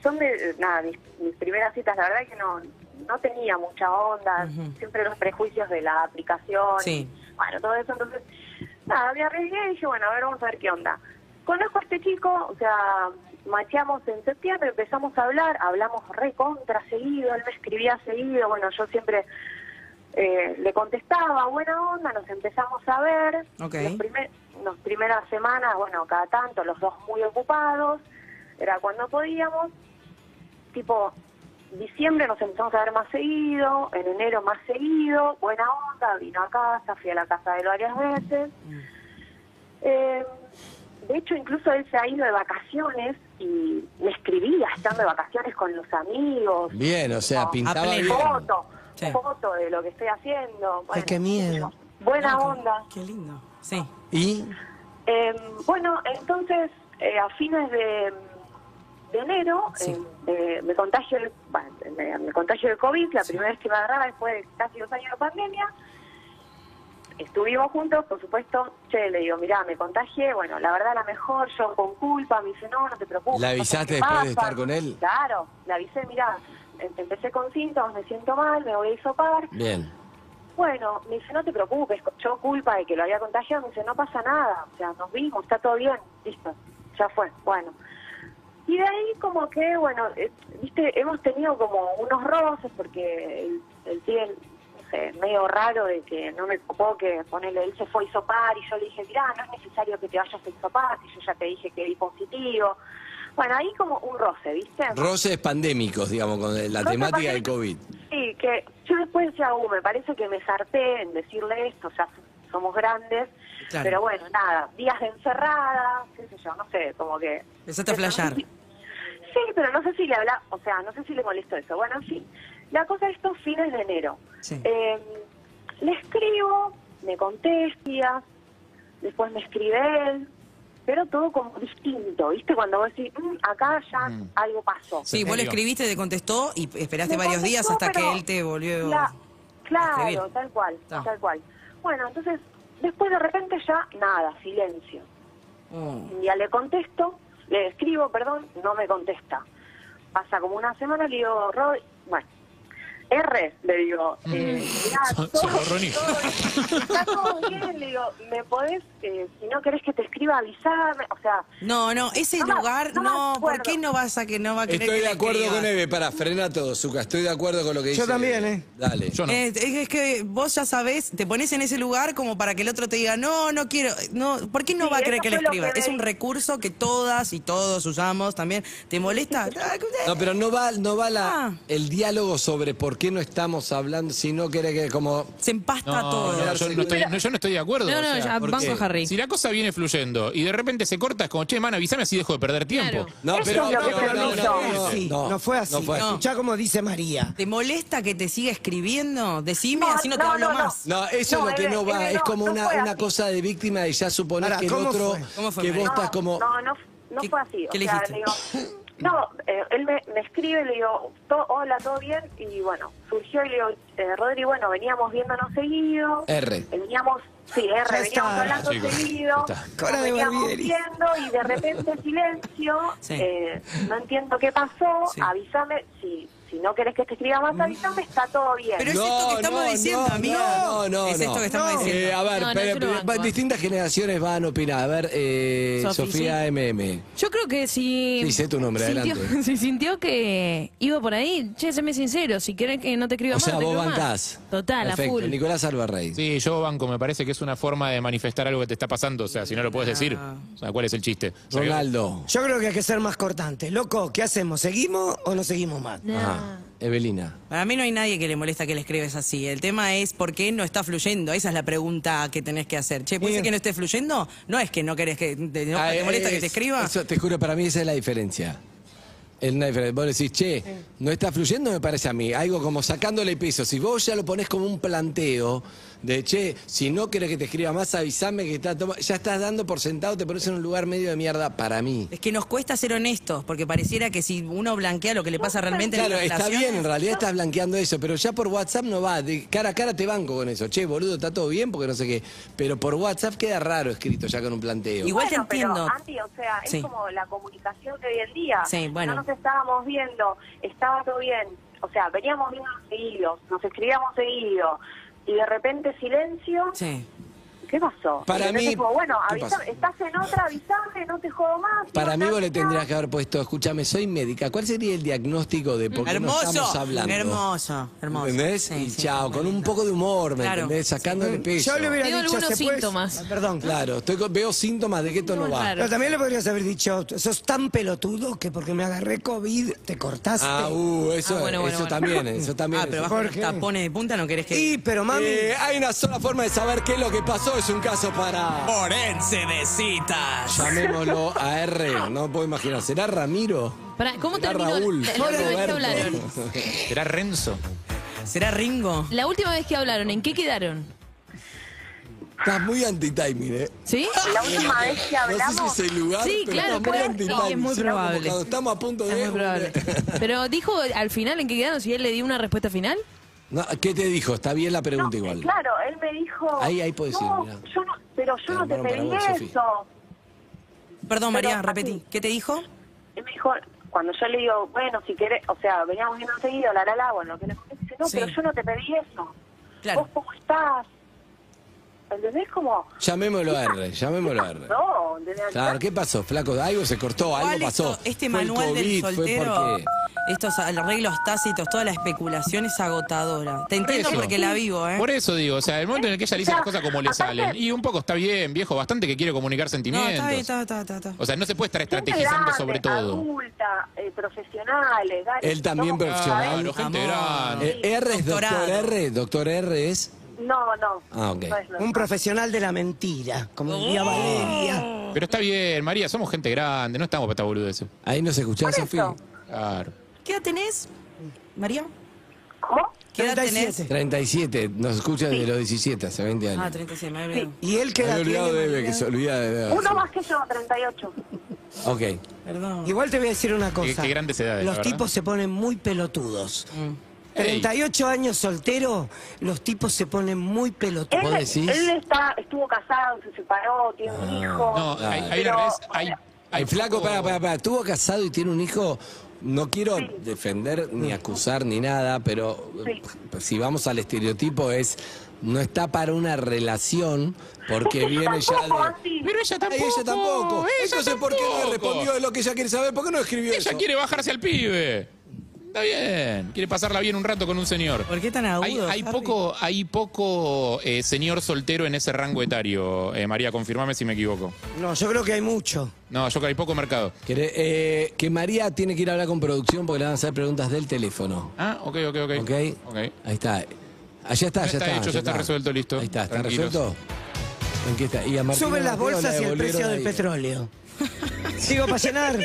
S10: Son de, eh, nada, mis, mis primeras citas, la verdad que no, no tenía mucha onda, siempre los prejuicios de la aplicación,
S8: Sí.
S10: y, bueno, todo eso, entonces, nada, me arriesgué y dije, bueno, a ver, vamos a ver qué onda. Conozco a este chico, o sea, macheamos en septiembre, empezamos a hablar, hablamos recontra seguido, él me escribía seguido, bueno, yo siempre eh, le contestaba, buena onda, nos empezamos a ver.
S8: Ok.
S10: Los primer- nos primeras semanas, bueno, cada tanto, los dos muy ocupados, era cuando podíamos. Tipo, diciembre nos empezamos a ver más seguido, en enero más seguido, buena onda, vino a casa, fui a la casa de él varias veces. Eh, de hecho, incluso él se ha ido de vacaciones y me escribía estando de vacaciones con los amigos.
S5: Bien, o sea,
S10: No,
S5: pintaba
S8: pleno.
S5: bien.
S10: Foto,
S8: Sí.
S10: foto de lo que estoy haciendo. Bueno,
S4: qué miedo.
S10: Buena onda.
S8: Qué lindo. Sí.
S5: ¿Y?
S10: Eh, bueno, entonces, eh, a fines de, de enero,
S8: Sí.
S10: eh, eh, me, contagio el, bueno, me, me contagio el COVID, la primera vez que me agarraba después de casi dos años de pandemia. Estuvimos juntos, por supuesto, che, le digo, mirá, me contagié, bueno, la verdad la mejor, yo con culpa, me dice, no, no te preocupes.
S5: ¿La
S10: no sé
S5: avisaste
S10: qué
S5: después de
S10: pasa".
S5: estar con él?
S10: Claro, le avisé, mirá, em- empecé con síntomas, me siento mal, me voy a hisopar,
S5: Bien.
S10: bueno, me dice, no te preocupes, yo culpa de que lo había contagiado, me dice, no pasa nada, o sea, nos vimos, está todo bien, listo, ya fue, bueno. Y de ahí como que, bueno, eh, viste, hemos tenido como unos roces porque el, el pibe, no sé, medio raro de que no me copó que ponele, él se fue a hisopar y yo le dije, mirá, no es necesario que te vayas a hisopar, si yo ya te dije que di positivo. Bueno, ahí como un roce, ¿viste?
S5: Roces pandémicos, digamos, con la
S10: Roces
S5: temática del
S10: pandémicos.
S5: COVID.
S10: Sí, que yo después decía, uh, me parece que me zarté en decirle esto, ya somos grandes,
S8: Claro.
S10: pero bueno, nada, días de encerrada, qué sé yo, no sé, como que...
S8: Empezaste a flashear.
S10: Sí, pero no sé si le habla, o sea, no sé si le molestó eso. Bueno, en fin, la cosa es estos fines de enero.
S8: Sí.
S10: Eh, le escribo, me contesta, después me escribe él, pero todo como distinto, ¿viste? Cuando vos decís, "Mm, acá ya algo pasó.
S8: Sí, vos le escribiste, te contestó y esperaste
S10: Me
S8: varios
S10: contestó,
S8: días hasta que
S10: pero
S8: él te volvió.
S10: la- claro,
S8: escribir.
S10: tal cual,
S8: Ah.
S10: tal cual. Bueno, entonces, después de repente ya nada, silencio.
S8: Oh.
S10: Un día le contesto, le escribo, perdón, no me contesta. Pasa como una semana, le digo, Roy, bueno, R, le digo, eh, mirá,
S6: So-
S10: todo-
S6: solo Ronnie.
S10: todo bien, está todo bien, le digo, me podés, eh, si no querés que te escriba, avisarme, o sea,
S8: No, no, ese
S10: No me-
S8: lugar,
S10: no me
S8: no, ¿por
S10: acuerdo.
S8: qué no vas a que no va a querer
S5: Estoy
S8: que
S5: de
S8: le
S5: acuerdo
S8: escribas?
S5: con Eve, para, frena todo, Zuka, estoy de acuerdo con lo
S4: Yo
S5: que dice.
S4: también, ¿eh?
S5: Dale.
S6: Yo no.
S8: Eh, es, es que vos ya sabés, te pones en ese lugar como para que el otro te diga, no, no quiero, no, ¿por qué no
S10: Sí,
S8: va a
S10: eso
S8: querer que le
S10: fue lo que
S8: escribas?
S10: me
S8: Es un
S10: di-
S8: recurso que todas y todos usamos también. ¿Te molesta? Ah,
S5: No, pero no va, no va la,
S8: Ah.
S5: el diálogo sobre por ¿por qué no estamos hablando si no quiere que como...
S8: Se empasta
S6: No,
S8: todo.
S6: no, yo no estoy, no, yo no estoy de acuerdo.
S7: No,
S6: o
S7: no,
S6: sea,
S7: ya,
S6: porque
S7: banco a Harry.
S6: Si la cosa viene fluyendo y de repente se corta, es como, che, man, avísame así dejo de perder tiempo.
S7: Claro.
S5: No,
S10: Eso es lo que permiso.
S5: no,
S4: Sí, no, fue así.
S5: no fue así.
S4: Escuchá como dice María.
S8: ¿Te molesta que te siga escribiendo? Decime,
S10: No,
S8: así no, te
S10: no,
S8: hablo
S10: no, no.
S8: más.
S5: No, eso
S10: No,
S5: es lo que
S10: Eve,
S5: no va.
S10: Eve,
S5: es
S10: no,
S5: como
S10: no
S5: una,
S10: fue
S5: una
S10: así.
S5: cosa de víctima de ya suponer
S4: Pará,
S5: que el
S4: ¿cómo
S5: otro.
S4: fue?
S8: ¿Cómo fue,
S5: que vos
S8: María?
S5: estás como.
S10: No, no, no
S8: ¿Qué-
S10: fue así.
S8: qué
S10: o
S8: le
S10: sea,
S8: dijiste?
S10: le digo, no, eh, él me, me escribe, le digo, "To- hola, ¿todo bien? Y bueno, surgió y le digo, eh, Rodri, bueno, veníamos viéndonos seguido.
S5: R.
S10: Veníamos, sí, R,
S4: Ya
S10: veníamos
S4: está,
S10: hablando
S6: chicos,
S10: seguido.
S6: ya está.
S4: Cara
S10: nos
S4: de
S10: veníamos
S4: Barbieri.
S10: viendo y de repente silencio.
S8: Sí.
S10: eh, ah, no entiendo qué pasó.
S8: Sí.
S10: Avísame, si, si no querés que te escriba
S6: Mm.
S10: más, avísame, está todo bien.
S8: Pero es
S5: No,
S8: esto que estamos
S5: no,
S8: diciendo,
S5: no,
S8: amigo.
S5: no, no,
S8: Es
S5: no.
S8: esto que estamos
S4: No.
S8: diciendo.
S5: Eh, a ver,
S7: No, no,
S5: pe-
S7: yo lo
S5: pe-
S7: banco,
S5: pa-
S7: ah.
S5: distintas generaciones van a opinar. A ver, eh,
S7: Sofi,
S5: Sofía
S7: sí.
S5: MM.
S7: Yo creo que si.
S5: Sí, sé tu nombre,
S7: sintió,
S5: adelante.
S7: Si sintió que iba por ahí, che, séme sincero, si querés que no te
S5: O
S7: escriba más.
S5: sea,
S7: no te
S5: vos
S7: escribo más.
S5: bancás.
S7: Total,
S5: Perfecto.
S7: a full.
S5: Nicolás Alvarrey.
S6: Sí, yo banco, me parece que es una forma de manifestar algo que te está pasando. O sea, si no lo puedes decir,
S7: Ah.
S6: o sea, ¿cuál es el chiste? O sea, que-
S5: Ronaldo.
S4: Yo creo que hay que ser más cortante. Loco, ¿qué hacemos? ¿Seguimos o no seguimos más?
S7: No.
S5: Ajá. Evelina.
S8: Para mí no hay nadie que le molesta que le escribes así. El tema es por qué no está fluyendo. Esa es la pregunta que tenés que hacer. Che, ¿puede ser que no esté fluyendo? No es que no querés que te, no-
S5: Ah,
S8: te
S5: eh,
S8: molesta que
S5: es-
S8: te escriba.
S5: eso, te juro, para mí esa es la diferencia. Es una diferencia. Vos decís, che, no está fluyendo, me parece a mí. Algo como sacándole peso. Si vos ya lo pones como un planteo de, che, si no querés que te escriba más, avísame que está toma- Ya estás dando por sentado, te pones en un lugar medio de mierda para mí.
S8: Es que nos cuesta ser honestos, porque pareciera que si uno blanquea lo que le pasa realmente en
S5: Claro,
S8: la
S5: está
S8: relación,
S5: bien, en realidad estás blanqueando eso, pero ya por WhatsApp no va. De cara a cara te banco con eso. Che, boludo, está todo bien porque no sé qué. Pero por WhatsApp queda raro escrito ya con un planteo.
S8: Igual
S10: Bueno,
S8: te entiendo.
S10: Pero, Andy, o sea, es
S8: Sí.
S10: como la comunicación de hoy en día.
S8: Sí, bueno.
S10: No nos estábamos viendo, estaba todo bien. O sea, veníamos viendo seguidos, nos escribíamos seguido. Y de repente silencio.
S8: Sí.
S10: ¿Qué pasó?
S5: Para
S10: Y entonces
S5: mí-
S10: como, bueno,
S5: ¿qué
S10: avísame,
S5: pasó?
S10: estás en otra, avisame, no te jodo más.
S5: Para
S10: no,
S5: mí
S10: no,
S5: vos le
S10: no.
S5: tendrías que haber puesto, escúchame, soy médica. ¿Cuál sería el diagnóstico de por qué no
S8: Hermoso,
S5: estamos hablando?
S8: hermoso, hermoso.
S5: ¿Entendés?
S8: Sí,
S5: y
S8: sí,
S5: chao,
S8: muy
S5: con un
S8: lindo.
S5: poco de humor, ¿me
S8: Claro.
S5: entendés? Sacándole peso.
S4: Yo le hubiera
S7: Tengo
S4: dicho,
S7: algunos
S4: ¿se puede?
S7: síntomas.
S4: Ah, Perdón.
S5: Claro, estoy con- veo síntomas de que esto no,
S7: No,
S5: va.
S7: claro.
S4: Pero también le podrías haber dicho, sos tan pelotudo que porque me agarré COVID te cortaste.
S5: Ah, uh, eso,
S7: Ah, bueno, bueno,
S5: eso
S7: bueno.
S5: también, eso también.
S8: Ah, pero
S5: eso.
S8: bajo
S4: ¿Por
S8: los
S4: qué?
S8: tapones de punta no querés que...
S4: Sí, pero mami.
S5: Eh, hay una sola forma de saber qué es lo que pasó, es un caso para...
S8: Forense de citas.
S5: Llamémoslo a R, no puedo imaginar. ¿Será Ramiro?
S7: Pará, ¿Cómo
S5: ¿Será
S7: terminó
S5: Raúl?
S7: la, la
S5: ¿Será
S7: última vez que
S5: Roberto?
S7: hablaron?
S6: ¿Será Renzo?
S8: ¿Será Ringo?
S7: La última vez que hablaron, ¿en qué quedaron?
S5: Estás muy anti-timing, ¿eh?
S7: ¿Sí?
S10: La última vez que hablamos,
S5: No sé si es el lugar,
S7: Sí,
S5: pero
S7: claro,
S5: estás muy
S7: puede-
S5: anti-timing.
S7: es muy
S5: Será como
S7: probable.
S5: cuando estamos a punto de...
S7: Es muy probable. Pero dijo al final en qué quedaron, si él le dio una respuesta final.
S5: No, ¿Qué te dijo? Está bien la pregunta
S10: no,
S5: igual.
S10: claro, él me dijo...
S5: Ahí- ahí podés
S10: no,
S5: ir, mirá.
S10: yo no, pero yo
S5: Te
S10: no te
S5: armaron para
S10: pedí
S5: vos, Sofi.
S10: eso.
S8: Perdón, María,
S10: así.
S8: repetí. ¿Qué te dijo?
S10: Él me dijo, cuando yo le digo, bueno, si querés, o sea, veníamos viendo seguido, la la la, bueno, que le conté, dice, no,
S8: Sí.
S10: pero yo no te pedí eso.
S8: Claro.
S10: ¿Vos cómo estás? ¿Entendés? Como,
S5: Llamémoslo a R, llamémoslo a R.
S10: no, ¿entendés?
S5: Claro, ¿qué pasó, flaco? Algo se cortó,
S8: ¿Cuál
S5: algo
S8: es
S5: pasó.
S8: esto- este
S5: Fue el
S8: manual del
S5: COVID, Fue
S8: soltero,
S5: porque...
S8: estos arreglos tácitos, toda la especulación es agotadora. Te entiendo
S6: eso.
S8: porque la vivo, ¿eh?
S6: Por eso digo, o sea, el momento en el que ella le dice las cosas como le
S10: Aparte-
S6: salen. Y un poco está bien, viejo, bastante que quiere comunicar
S8: No,
S6: sentimientos.
S8: está bien, está, está, está, está.
S6: O sea, no se puede estar
S10: Gente
S6: estrategizando
S10: grande,
S6: sobre todo.
S10: Adulta, eh, profesionales, dale,
S5: Él también
S10: somos-
S5: profesional.
S6: Claro, gente
S8: Amor.
S6: grande.
S5: Eh, R es doctor
S8: Doctorado.
S5: R, doctor R es...
S10: No, no.
S5: Ah,
S10: no
S5: ok.
S10: es normal.
S4: Un profesional de la mentira, como diría Valeria.
S6: Pero está bien, María, somos gente grande, no estamos para esta boludez.
S5: Ahí nos escuchás,
S10: Por
S5: Sofía.
S10: eso.
S6: Claro.
S8: ¿Qué edad tenés, María?
S10: ¿Cómo?
S8: ¿Qué edad tenés?
S4: 37.
S5: 37, nos escucha desde los 17, hace 20 años.
S8: Ah, 37, me había olvidado.
S4: Y él
S5: Me
S4: queda
S5: había olvidado de Eve, que se olvida de Eve.
S10: Uno más que yo, 38.
S5: Ok.
S8: Perdón.
S4: Igual te voy a decir una
S6: Qué,
S4: cosa.
S6: qué grandes edades.
S4: Los
S6: la verdad.
S4: tipos se ponen muy pelotudos.
S6: Ey.
S4: 38 años soltero, los tipos se ponen muy pelotudos.
S10: Él,
S5: ¿Vos decís?
S10: él está, estuvo casado, se separó, tiene un
S5: Ah.
S10: hijo.
S6: No, hay, hay
S10: pero,
S6: una vez. Hay, hay
S5: El flaco,
S6: poco-
S5: para, para, para, estuvo casado y tiene un hijo. No quiero defender ni acusar ni nada, pero eh, si vamos al estereotipo es no está para una relación porque viene ya
S10: Tampoco,
S5: de.
S10: Andy.
S6: Pero ella
S5: Ay,
S6: tampoco.
S5: ella tampoco.
S6: ella
S5: Entonces, ¿por qué no
S6: tampoco.
S5: respondió de lo que ella quiere saber? ¿Por qué no escribió
S6: Ella
S5: eso?
S6: quiere bajarse al pibe. Está bien. Quiere pasarla bien un rato con un señor.
S8: ¿Por qué tan
S6: Hay,
S8: agudo?
S6: hay
S8: Harry?
S6: poco, hay poco eh, señor soltero en ese rango etario, eh, María, confirmame si me equivoco.
S4: No, yo creo que hay mucho.
S6: No, yo creo que hay poco mercado.
S5: Queré- eh, que María tiene que ir a hablar con producción porque le van a hacer preguntas del teléfono.
S6: Ah, ok, ok, ok.
S5: ¿Ok?
S6: Ok.
S5: Ahí está. Allá está,
S6: Ya
S5: ya,
S6: está hecho,
S5: ya
S6: ya está resuelto, listo.
S5: Ahí está, ¿está
S6: Tranquilos.
S5: resuelto? ¿En qué está? Y a Martina
S4: Suben las
S5: Mateo la
S4: bolsas y el
S5: devolvieron
S4: precio del
S5: ahí.
S4: petróleo. Sigo para llenar.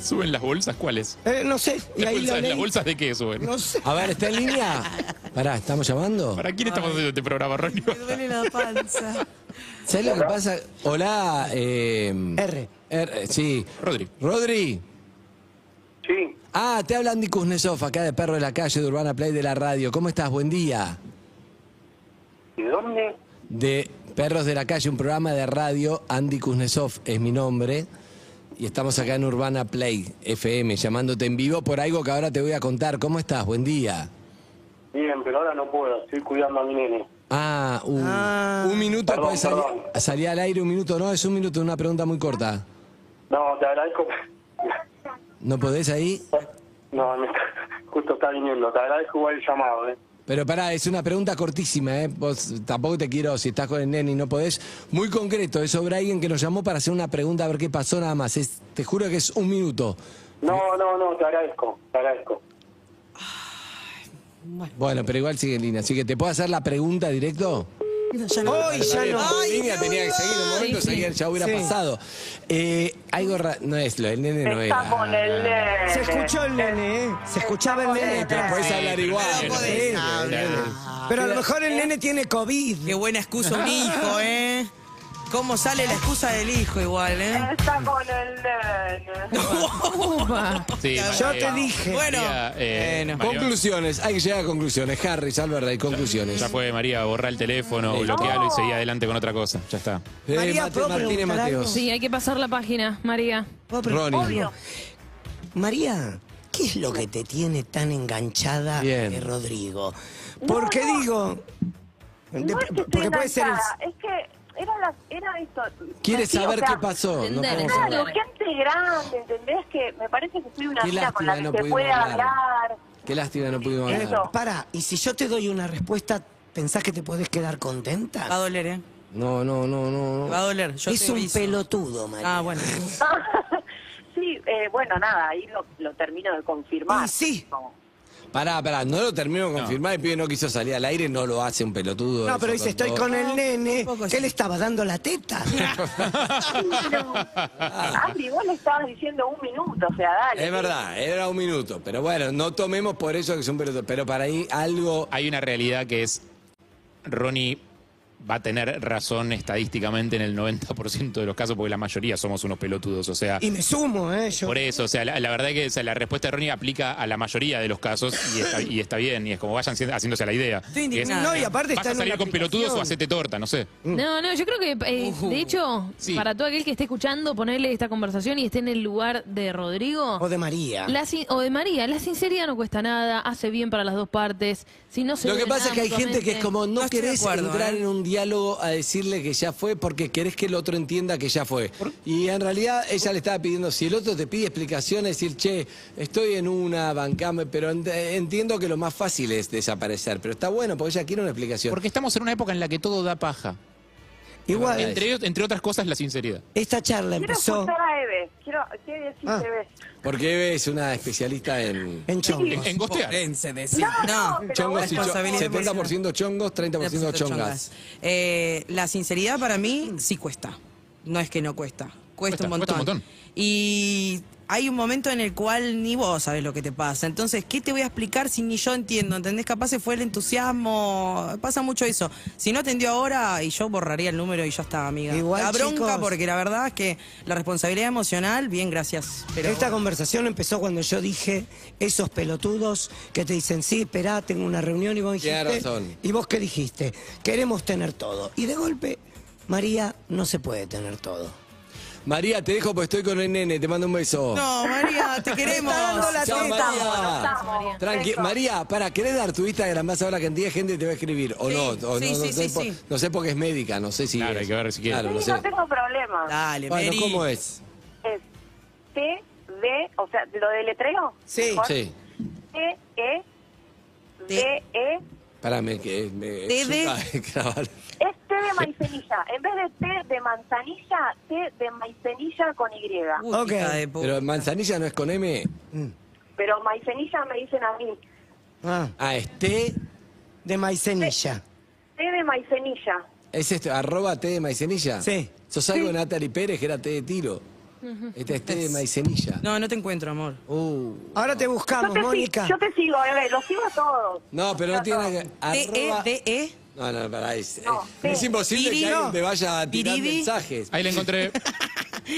S6: ¿Suben las bolsas cuáles?
S4: Eh, no sé. Y
S6: ¿Las
S4: ahí lo
S6: bolsas, las
S4: leí.
S6: bolsas de qué suben?
S4: No sé.
S5: A ver, ¿está en línea? Pará, ¿estamos llamando?
S6: ¿Para quién estamos haciendo este programa, Ronnie?
S8: Me duele la panza.
S5: ¿Sabes lo que pasa? Hola, eh,
S4: R.
S5: R, sí.
S6: Rodri.
S5: Rodri.
S9: Sí,
S5: Ah, te habla Andy Kuznetsov, acá de Perro de la Calle, de Urbana Play, de la radio. ¿Cómo estás? Buen día.
S9: ¿y dónde?
S5: De Perros de la Calle, un programa de radio. Andy Kuznetsov es mi nombre. Y estamos acá en Urbana Play FM, llamándote en vivo por algo que ahora te voy a contar. ¿Cómo estás? Buen día.
S9: Bien, pero ahora no puedo, estoy cuidando a mi nene.
S5: Ah, un, un minuto
S9: Perdón,
S5: puede salir,
S9: perdón.
S5: salir al aire, un minuto no, es un minuto, una pregunta muy corta.
S9: No, te agradezco.
S5: ¿No podés ahí?
S9: No, me está- justo está viniendo, te agradezco igual el llamado, ¿eh?
S5: Pero pará, es una pregunta cortísima, ¿eh? Vos tampoco te quiero, si estás con el nene y no podés. Muy concreto, es sobre alguien que nos llamó para hacer una pregunta a ver qué pasó nada más. Es- te juro que es un minuto.
S9: No, no, no, te agradezco, te agradezco.
S5: Bueno, pero igual sigue en línea. Así que, ¿te puedo hacer la pregunta directo?
S4: Hoy ya no.
S5: En línea tenía que seguir, un momento
S7: Sí, sí.
S5: seguía, ya hubiera pasado. Eh, algo ra- no es lo, el nene no era.
S10: Está con el nene.
S4: Se escuchó el nene, ¿eh? Se escuchaba el nene.
S5: Pero podés hablar igual.
S8: pero podés
S5: Sí,
S8: hablar.
S4: Pero a lo mejor el nene tiene COVID.
S8: Qué buena excusa un hijo, ¿eh? ¿Cómo sale la excusa del hijo igual, eh?
S10: Está con el nene.
S7: Opa.
S6: Sí,
S8: Yo
S6: María,
S4: te dije.
S8: Bueno,
S6: María, eh,
S8: bueno.
S6: María,
S5: Conclusiones, hay que llegar a conclusiones. Harry, Álvaro, hay conclusiones.
S6: Ya fue, María, borrar el teléfono, bloquearlo y seguí adelante con otra cosa. Ya está.
S5: Eh,
S4: María,
S5: Mate-
S4: ¿puedo
S5: Martínez
S4: preguntar
S5: Mateos.
S4: algo?
S7: Sí, hay que pasar la página, María.
S4: ¿Puedo preguntar?
S5: Ronnie.
S4: María, ¿qué es lo que te tiene tan enganchada
S5: Bien.
S4: de Rodrigo? Porque
S10: No, no.
S4: digo. de-
S10: No es que
S4: porque
S10: estoy
S4: puede ser. el-
S10: enganchada, es que era, la, era esto.
S5: ¿Quieres
S10: Sí, o
S5: saber
S10: sea,
S5: qué pasó? No
S7: entender,
S5: podemos
S7: entender.
S10: Claro,
S5: hablar.
S10: gente grande, ¿entendés? Que me parece que soy una
S5: Qué
S10: mina con
S5: lástima,
S10: la que
S5: no
S10: se
S5: pudimos
S10: puede
S5: hablar.
S10: hablar.
S5: Qué lástima, no pudimos
S4: Eh,
S5: hablar.
S10: Eso.
S4: Para, y si yo te doy una respuesta, ¿pensás que te podés quedar
S8: Va a
S4: contenta?
S8: doler, ¿eh?
S5: No, no, no, no.
S8: Va a
S5: no.
S8: doler. Yo
S4: es
S8: te
S4: un
S8: aviso.
S4: pelotudo, María.
S8: Ah, bueno.
S10: sí, eh, bueno, nada, ahí lo, lo termino de confirmar.
S4: Y sí.
S10: Como-
S5: Pará, pará, no lo termino de confirmar. El pibe no quiso salir al aire, no lo hace un pelotudo.
S4: No,
S5: eso
S4: pero dice, estoy
S5: todo.
S4: con el nene.
S8: tampoco
S4: ¿Qué
S8: sí.
S4: le estaba dando la teta?
S10: Pero, Andy, vos le estabas diciendo un minuto, o sea, dale.
S5: Es verdad, era un minuto. Pero bueno, no tomemos por eso que es un pelotudo. Pero para ahí algo.
S6: Hay una realidad que es, Ronnie va a tener razón estadísticamente en el 90% de los casos, porque la mayoría somos unos pelotudos. O sea,
S4: Y me sumo, ¿eh? Yo.
S6: Por eso, o sea, la, la verdad que o sea, la respuesta errónea aplica a la mayoría de los casos y está, y está bien, y es como vayan siendo- haciéndose la idea.
S8: Estoy
S6: Que es,
S8: indignada.
S4: No, y aparte
S6: ¿Vas
S4: está
S6: a
S4: en una
S6: salir con pelotudos o
S4: aplicación.
S6: hacete torta? No sé.
S5: Mm.
S7: No, no, yo creo que, eh, de hecho,
S6: Sí.
S7: para todo aquel que esté escuchando, ponerle esta conversación y esté en el lugar de Rodrigo.
S4: O de María.
S7: La sin- o de María, la sinceridad no cuesta nada, hace bien para las dos partes. Si no se
S5: Lo que
S7: duelen
S5: pasa es
S7: nada
S5: que hay gente que es como no,
S8: No estoy de
S5: querés
S8: acuerdo,
S5: entrar
S8: ¿eh?
S5: en un diálogo a decirle que ya fue porque querés que el otro entienda que ya fue. Y en realidad ella le estaba pidiendo, si el otro te pide explicaciones, decir, che, estoy en una, bancame, pero ent- entiendo que lo más fácil es desaparecer. Pero está bueno porque ella quiere una explicación.
S6: Porque estamos en una época en la que todo da paja.
S4: Igual,
S6: Entre, entre otras cosas, la sinceridad.
S4: esta charla
S10: Quiero
S4: empezó
S10: escuchar a Eve. Quiero, quiero decir
S4: Ah.
S10: Eve.
S5: Porque Eve es una especialista en
S4: en chongos.
S6: En, en gostear.
S4: Eh.
S8: Forense, decir. No,
S10: pero
S5: chongos y cho-
S8: responsabilidad
S5: 70% chongos, 30%
S8: 70%
S5: chongas.
S8: Eh, la sinceridad para mí sí cuesta. No es que no cuesta. Cuesta,
S6: Cuesta,
S8: un montón.
S6: cuesta un montón.
S8: Y hay un momento en el cual ni vos sabes lo que te pasa. Entonces, ¿qué te voy a explicar si ni yo entiendo? ¿Entendés? Capaz se fue el entusiasmo. Pasa mucho eso. Si no atendió ahora, y yo borraría el número y ya está, amiga.
S4: Igual,
S8: la bronca,
S4: chicos.
S8: porque la verdad es que la responsabilidad emocional, bien, gracias. Pero
S4: Esta conversación empezó cuando yo dije esos pelotudos que te dicen, sí, esperá, tengo una reunión y vos dijiste.
S5: Tiene razón.
S4: ¿Y vos qué dijiste? Eh, Queremos tener todo. Y de golpe, María no se puede tener todo.
S5: María, te dejo porque estoy con el nene, te mando un beso.
S8: No, María, te queremos.
S4: Está dando la
S5: Chao,
S4: teta.
S5: María.
S10: estamos.
S5: Tranqui,
S10: Besos.
S5: María, para, ¿querés dar tu Instagram más ahora que en 10 gente te va a escribir? ¿O
S8: Sí,
S5: no? o
S8: sí,
S5: no, no
S8: sí,
S5: sé
S8: sí,
S5: por-
S8: sí.
S5: no sé porque es médica, no sé si.
S6: Claro,
S5: es-
S6: hay que ver si quiere.
S5: Claro,
S10: Sí,
S5: no
S10: no
S5: sé.
S10: tengo problema.
S8: Dale,
S5: Bueno,
S8: Mary.
S5: ¿cómo es?
S10: Es T B, o sea, lo deletreo.
S4: Sí.
S10: Mejor.
S5: Sí.
S10: T, E,
S8: T.
S10: D, E.
S5: Pará, me que me
S8: Te de-
S5: Ay, claro.
S10: Es té de maicenilla. En vez de té de manzanilla, té de maicenilla con Y.
S8: Uy,
S4: Ok.
S8: hija de puta.
S5: Pero manzanilla no es con M.
S10: Pero maicenilla me dicen a mí.
S4: Ah,
S5: Ah, es T.
S4: de maicenilla.
S10: Té de maicenilla.
S5: ¿Es este? ¿Arroba T de maicenilla?
S4: Sí.
S5: ¿Sos algo de Natalie Pérez que era T de tiro? Esta es T de maicenilla.
S8: No, no te encuentro, amor.
S5: Uh.
S4: Ahora te
S10: Yo
S4: buscamos,
S10: te, si-
S4: Mónica.
S10: yo te sigo, bebé. Los sigo a todos.
S5: No, pero no tiene nada que...
S8: E,
S5: arroba-
S8: T-E-D-E.
S5: No, no, pará. Es,
S10: No,
S5: es-
S10: T.
S5: es imposible
S8: Piridi.
S5: que alguien te vaya a tirar
S8: Piridi.
S5: mensajes.
S6: Ahí la encontré.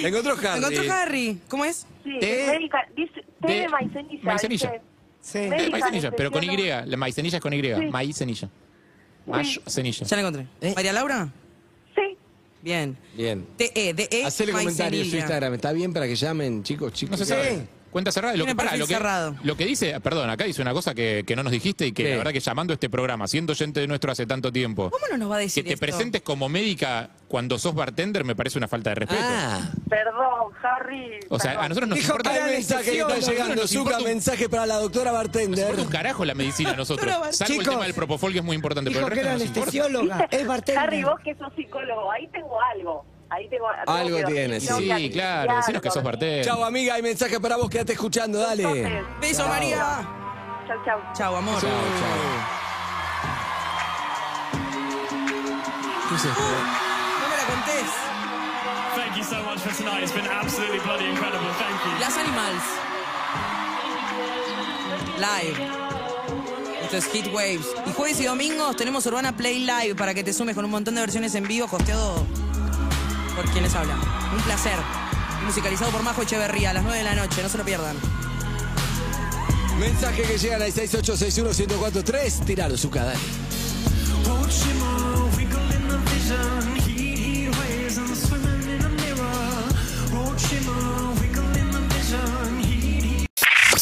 S5: La encontró Harry.
S8: ¿Encontró Harry? ¿Cómo es?
S10: Sí,
S6: Té
S10: médica- dice, té
S6: de
S10: de, maicenilla.
S6: maicenilla.
S10: dice.
S4: Sí.
S10: Médica
S6: Maicenilla, pero con Y.
S10: nutricionista.
S6: La maicenilla es con Y. Maicenilla. Mayo, cenilla.
S8: Ya la encontré.
S5: Eh.
S8: ¿María Laura?
S10: Sí.
S8: Bien. E,
S5: Bien.
S8: T-E-D-E.
S5: Hacele comentarios en su
S8: maicenilla.
S5: Instagram. ¿Está bien para que llamen, chicos,
S6: No
S5: chicos?
S6: se sabe. Cuenta cerrada. Lo
S8: Tiene
S6: que, pará,
S8: perfil
S6: lo, que,
S8: cerrado.
S6: lo que dice, perdón, acá dice una cosa que, que no nos dijiste y que
S5: ¿Qué?
S6: la verdad que llamando este programa, siendo oyente de nuestro hace tanto tiempo,
S8: ¿Cómo no nos va a
S6: que
S8: decir
S6: te
S8: esto?
S6: presentes como médica cuando sos bartender me parece una falta de respeto.
S5: Ah.
S10: Perdón, Harry.
S6: O sea,
S10: perdón.
S6: a nosotros nos
S4: Dijo
S6: importa,
S4: que era
S5: Hay
S6: nos
S5: mensajes que están
S4: Nos
S5: llegando,
S6: importa
S5: Zucca.
S6: un-
S5: Mensaje para la doctora
S6: importa
S5: Bartender.
S6: un carajo la medicina a nosotros.
S8: Doctora Bartender.
S6: Salvo el
S4: Chicos,
S6: tema del propofol que es muy importante, pero
S4: Dijo
S6: el
S4: que
S6: resto
S4: era
S6: no nos importa.
S4: anestesióloga. Es bartender.
S10: Harry, vos que sos psicólogo, ahí tengo algo. Ahí tengo
S5: Algo tienes,
S10: tengo
S5: sí,
S10: que
S6: Sí, claro, decinos que sos
S10: articular.
S6: bartender.
S5: Chao, amiga. Hay mensajes para vos. Quédate escuchando. Dale.
S10: Entonces,
S8: Beso,
S5: Chao.
S8: María.
S10: Chau, chau.
S8: Chao, amor.
S5: Chao, chao. ¿Qué es esto?
S8: No me la contés.
S11: Thank you so much for tonight. It's been absolutely bloody incredible. Thank you.
S8: Las Animals. Live. Esto es Hit Waves. Y jueves y domingos tenemos Urbana Play Live para que te sumes con un montón de versiones en vivo, costeado por quienes hablan. Un placer. Musicalizado por Majo Echeverría a las 9 de la noche, no se lo pierdan.
S5: Mensaje que llegan al 6861-1043. Tiralo, Zucca, dale.
S11: Boat shimmer, wiggle in the vision. Heat, heat waves, and swimming in a mirror. Boat shimmer, wiggle in the vision. Heat, heat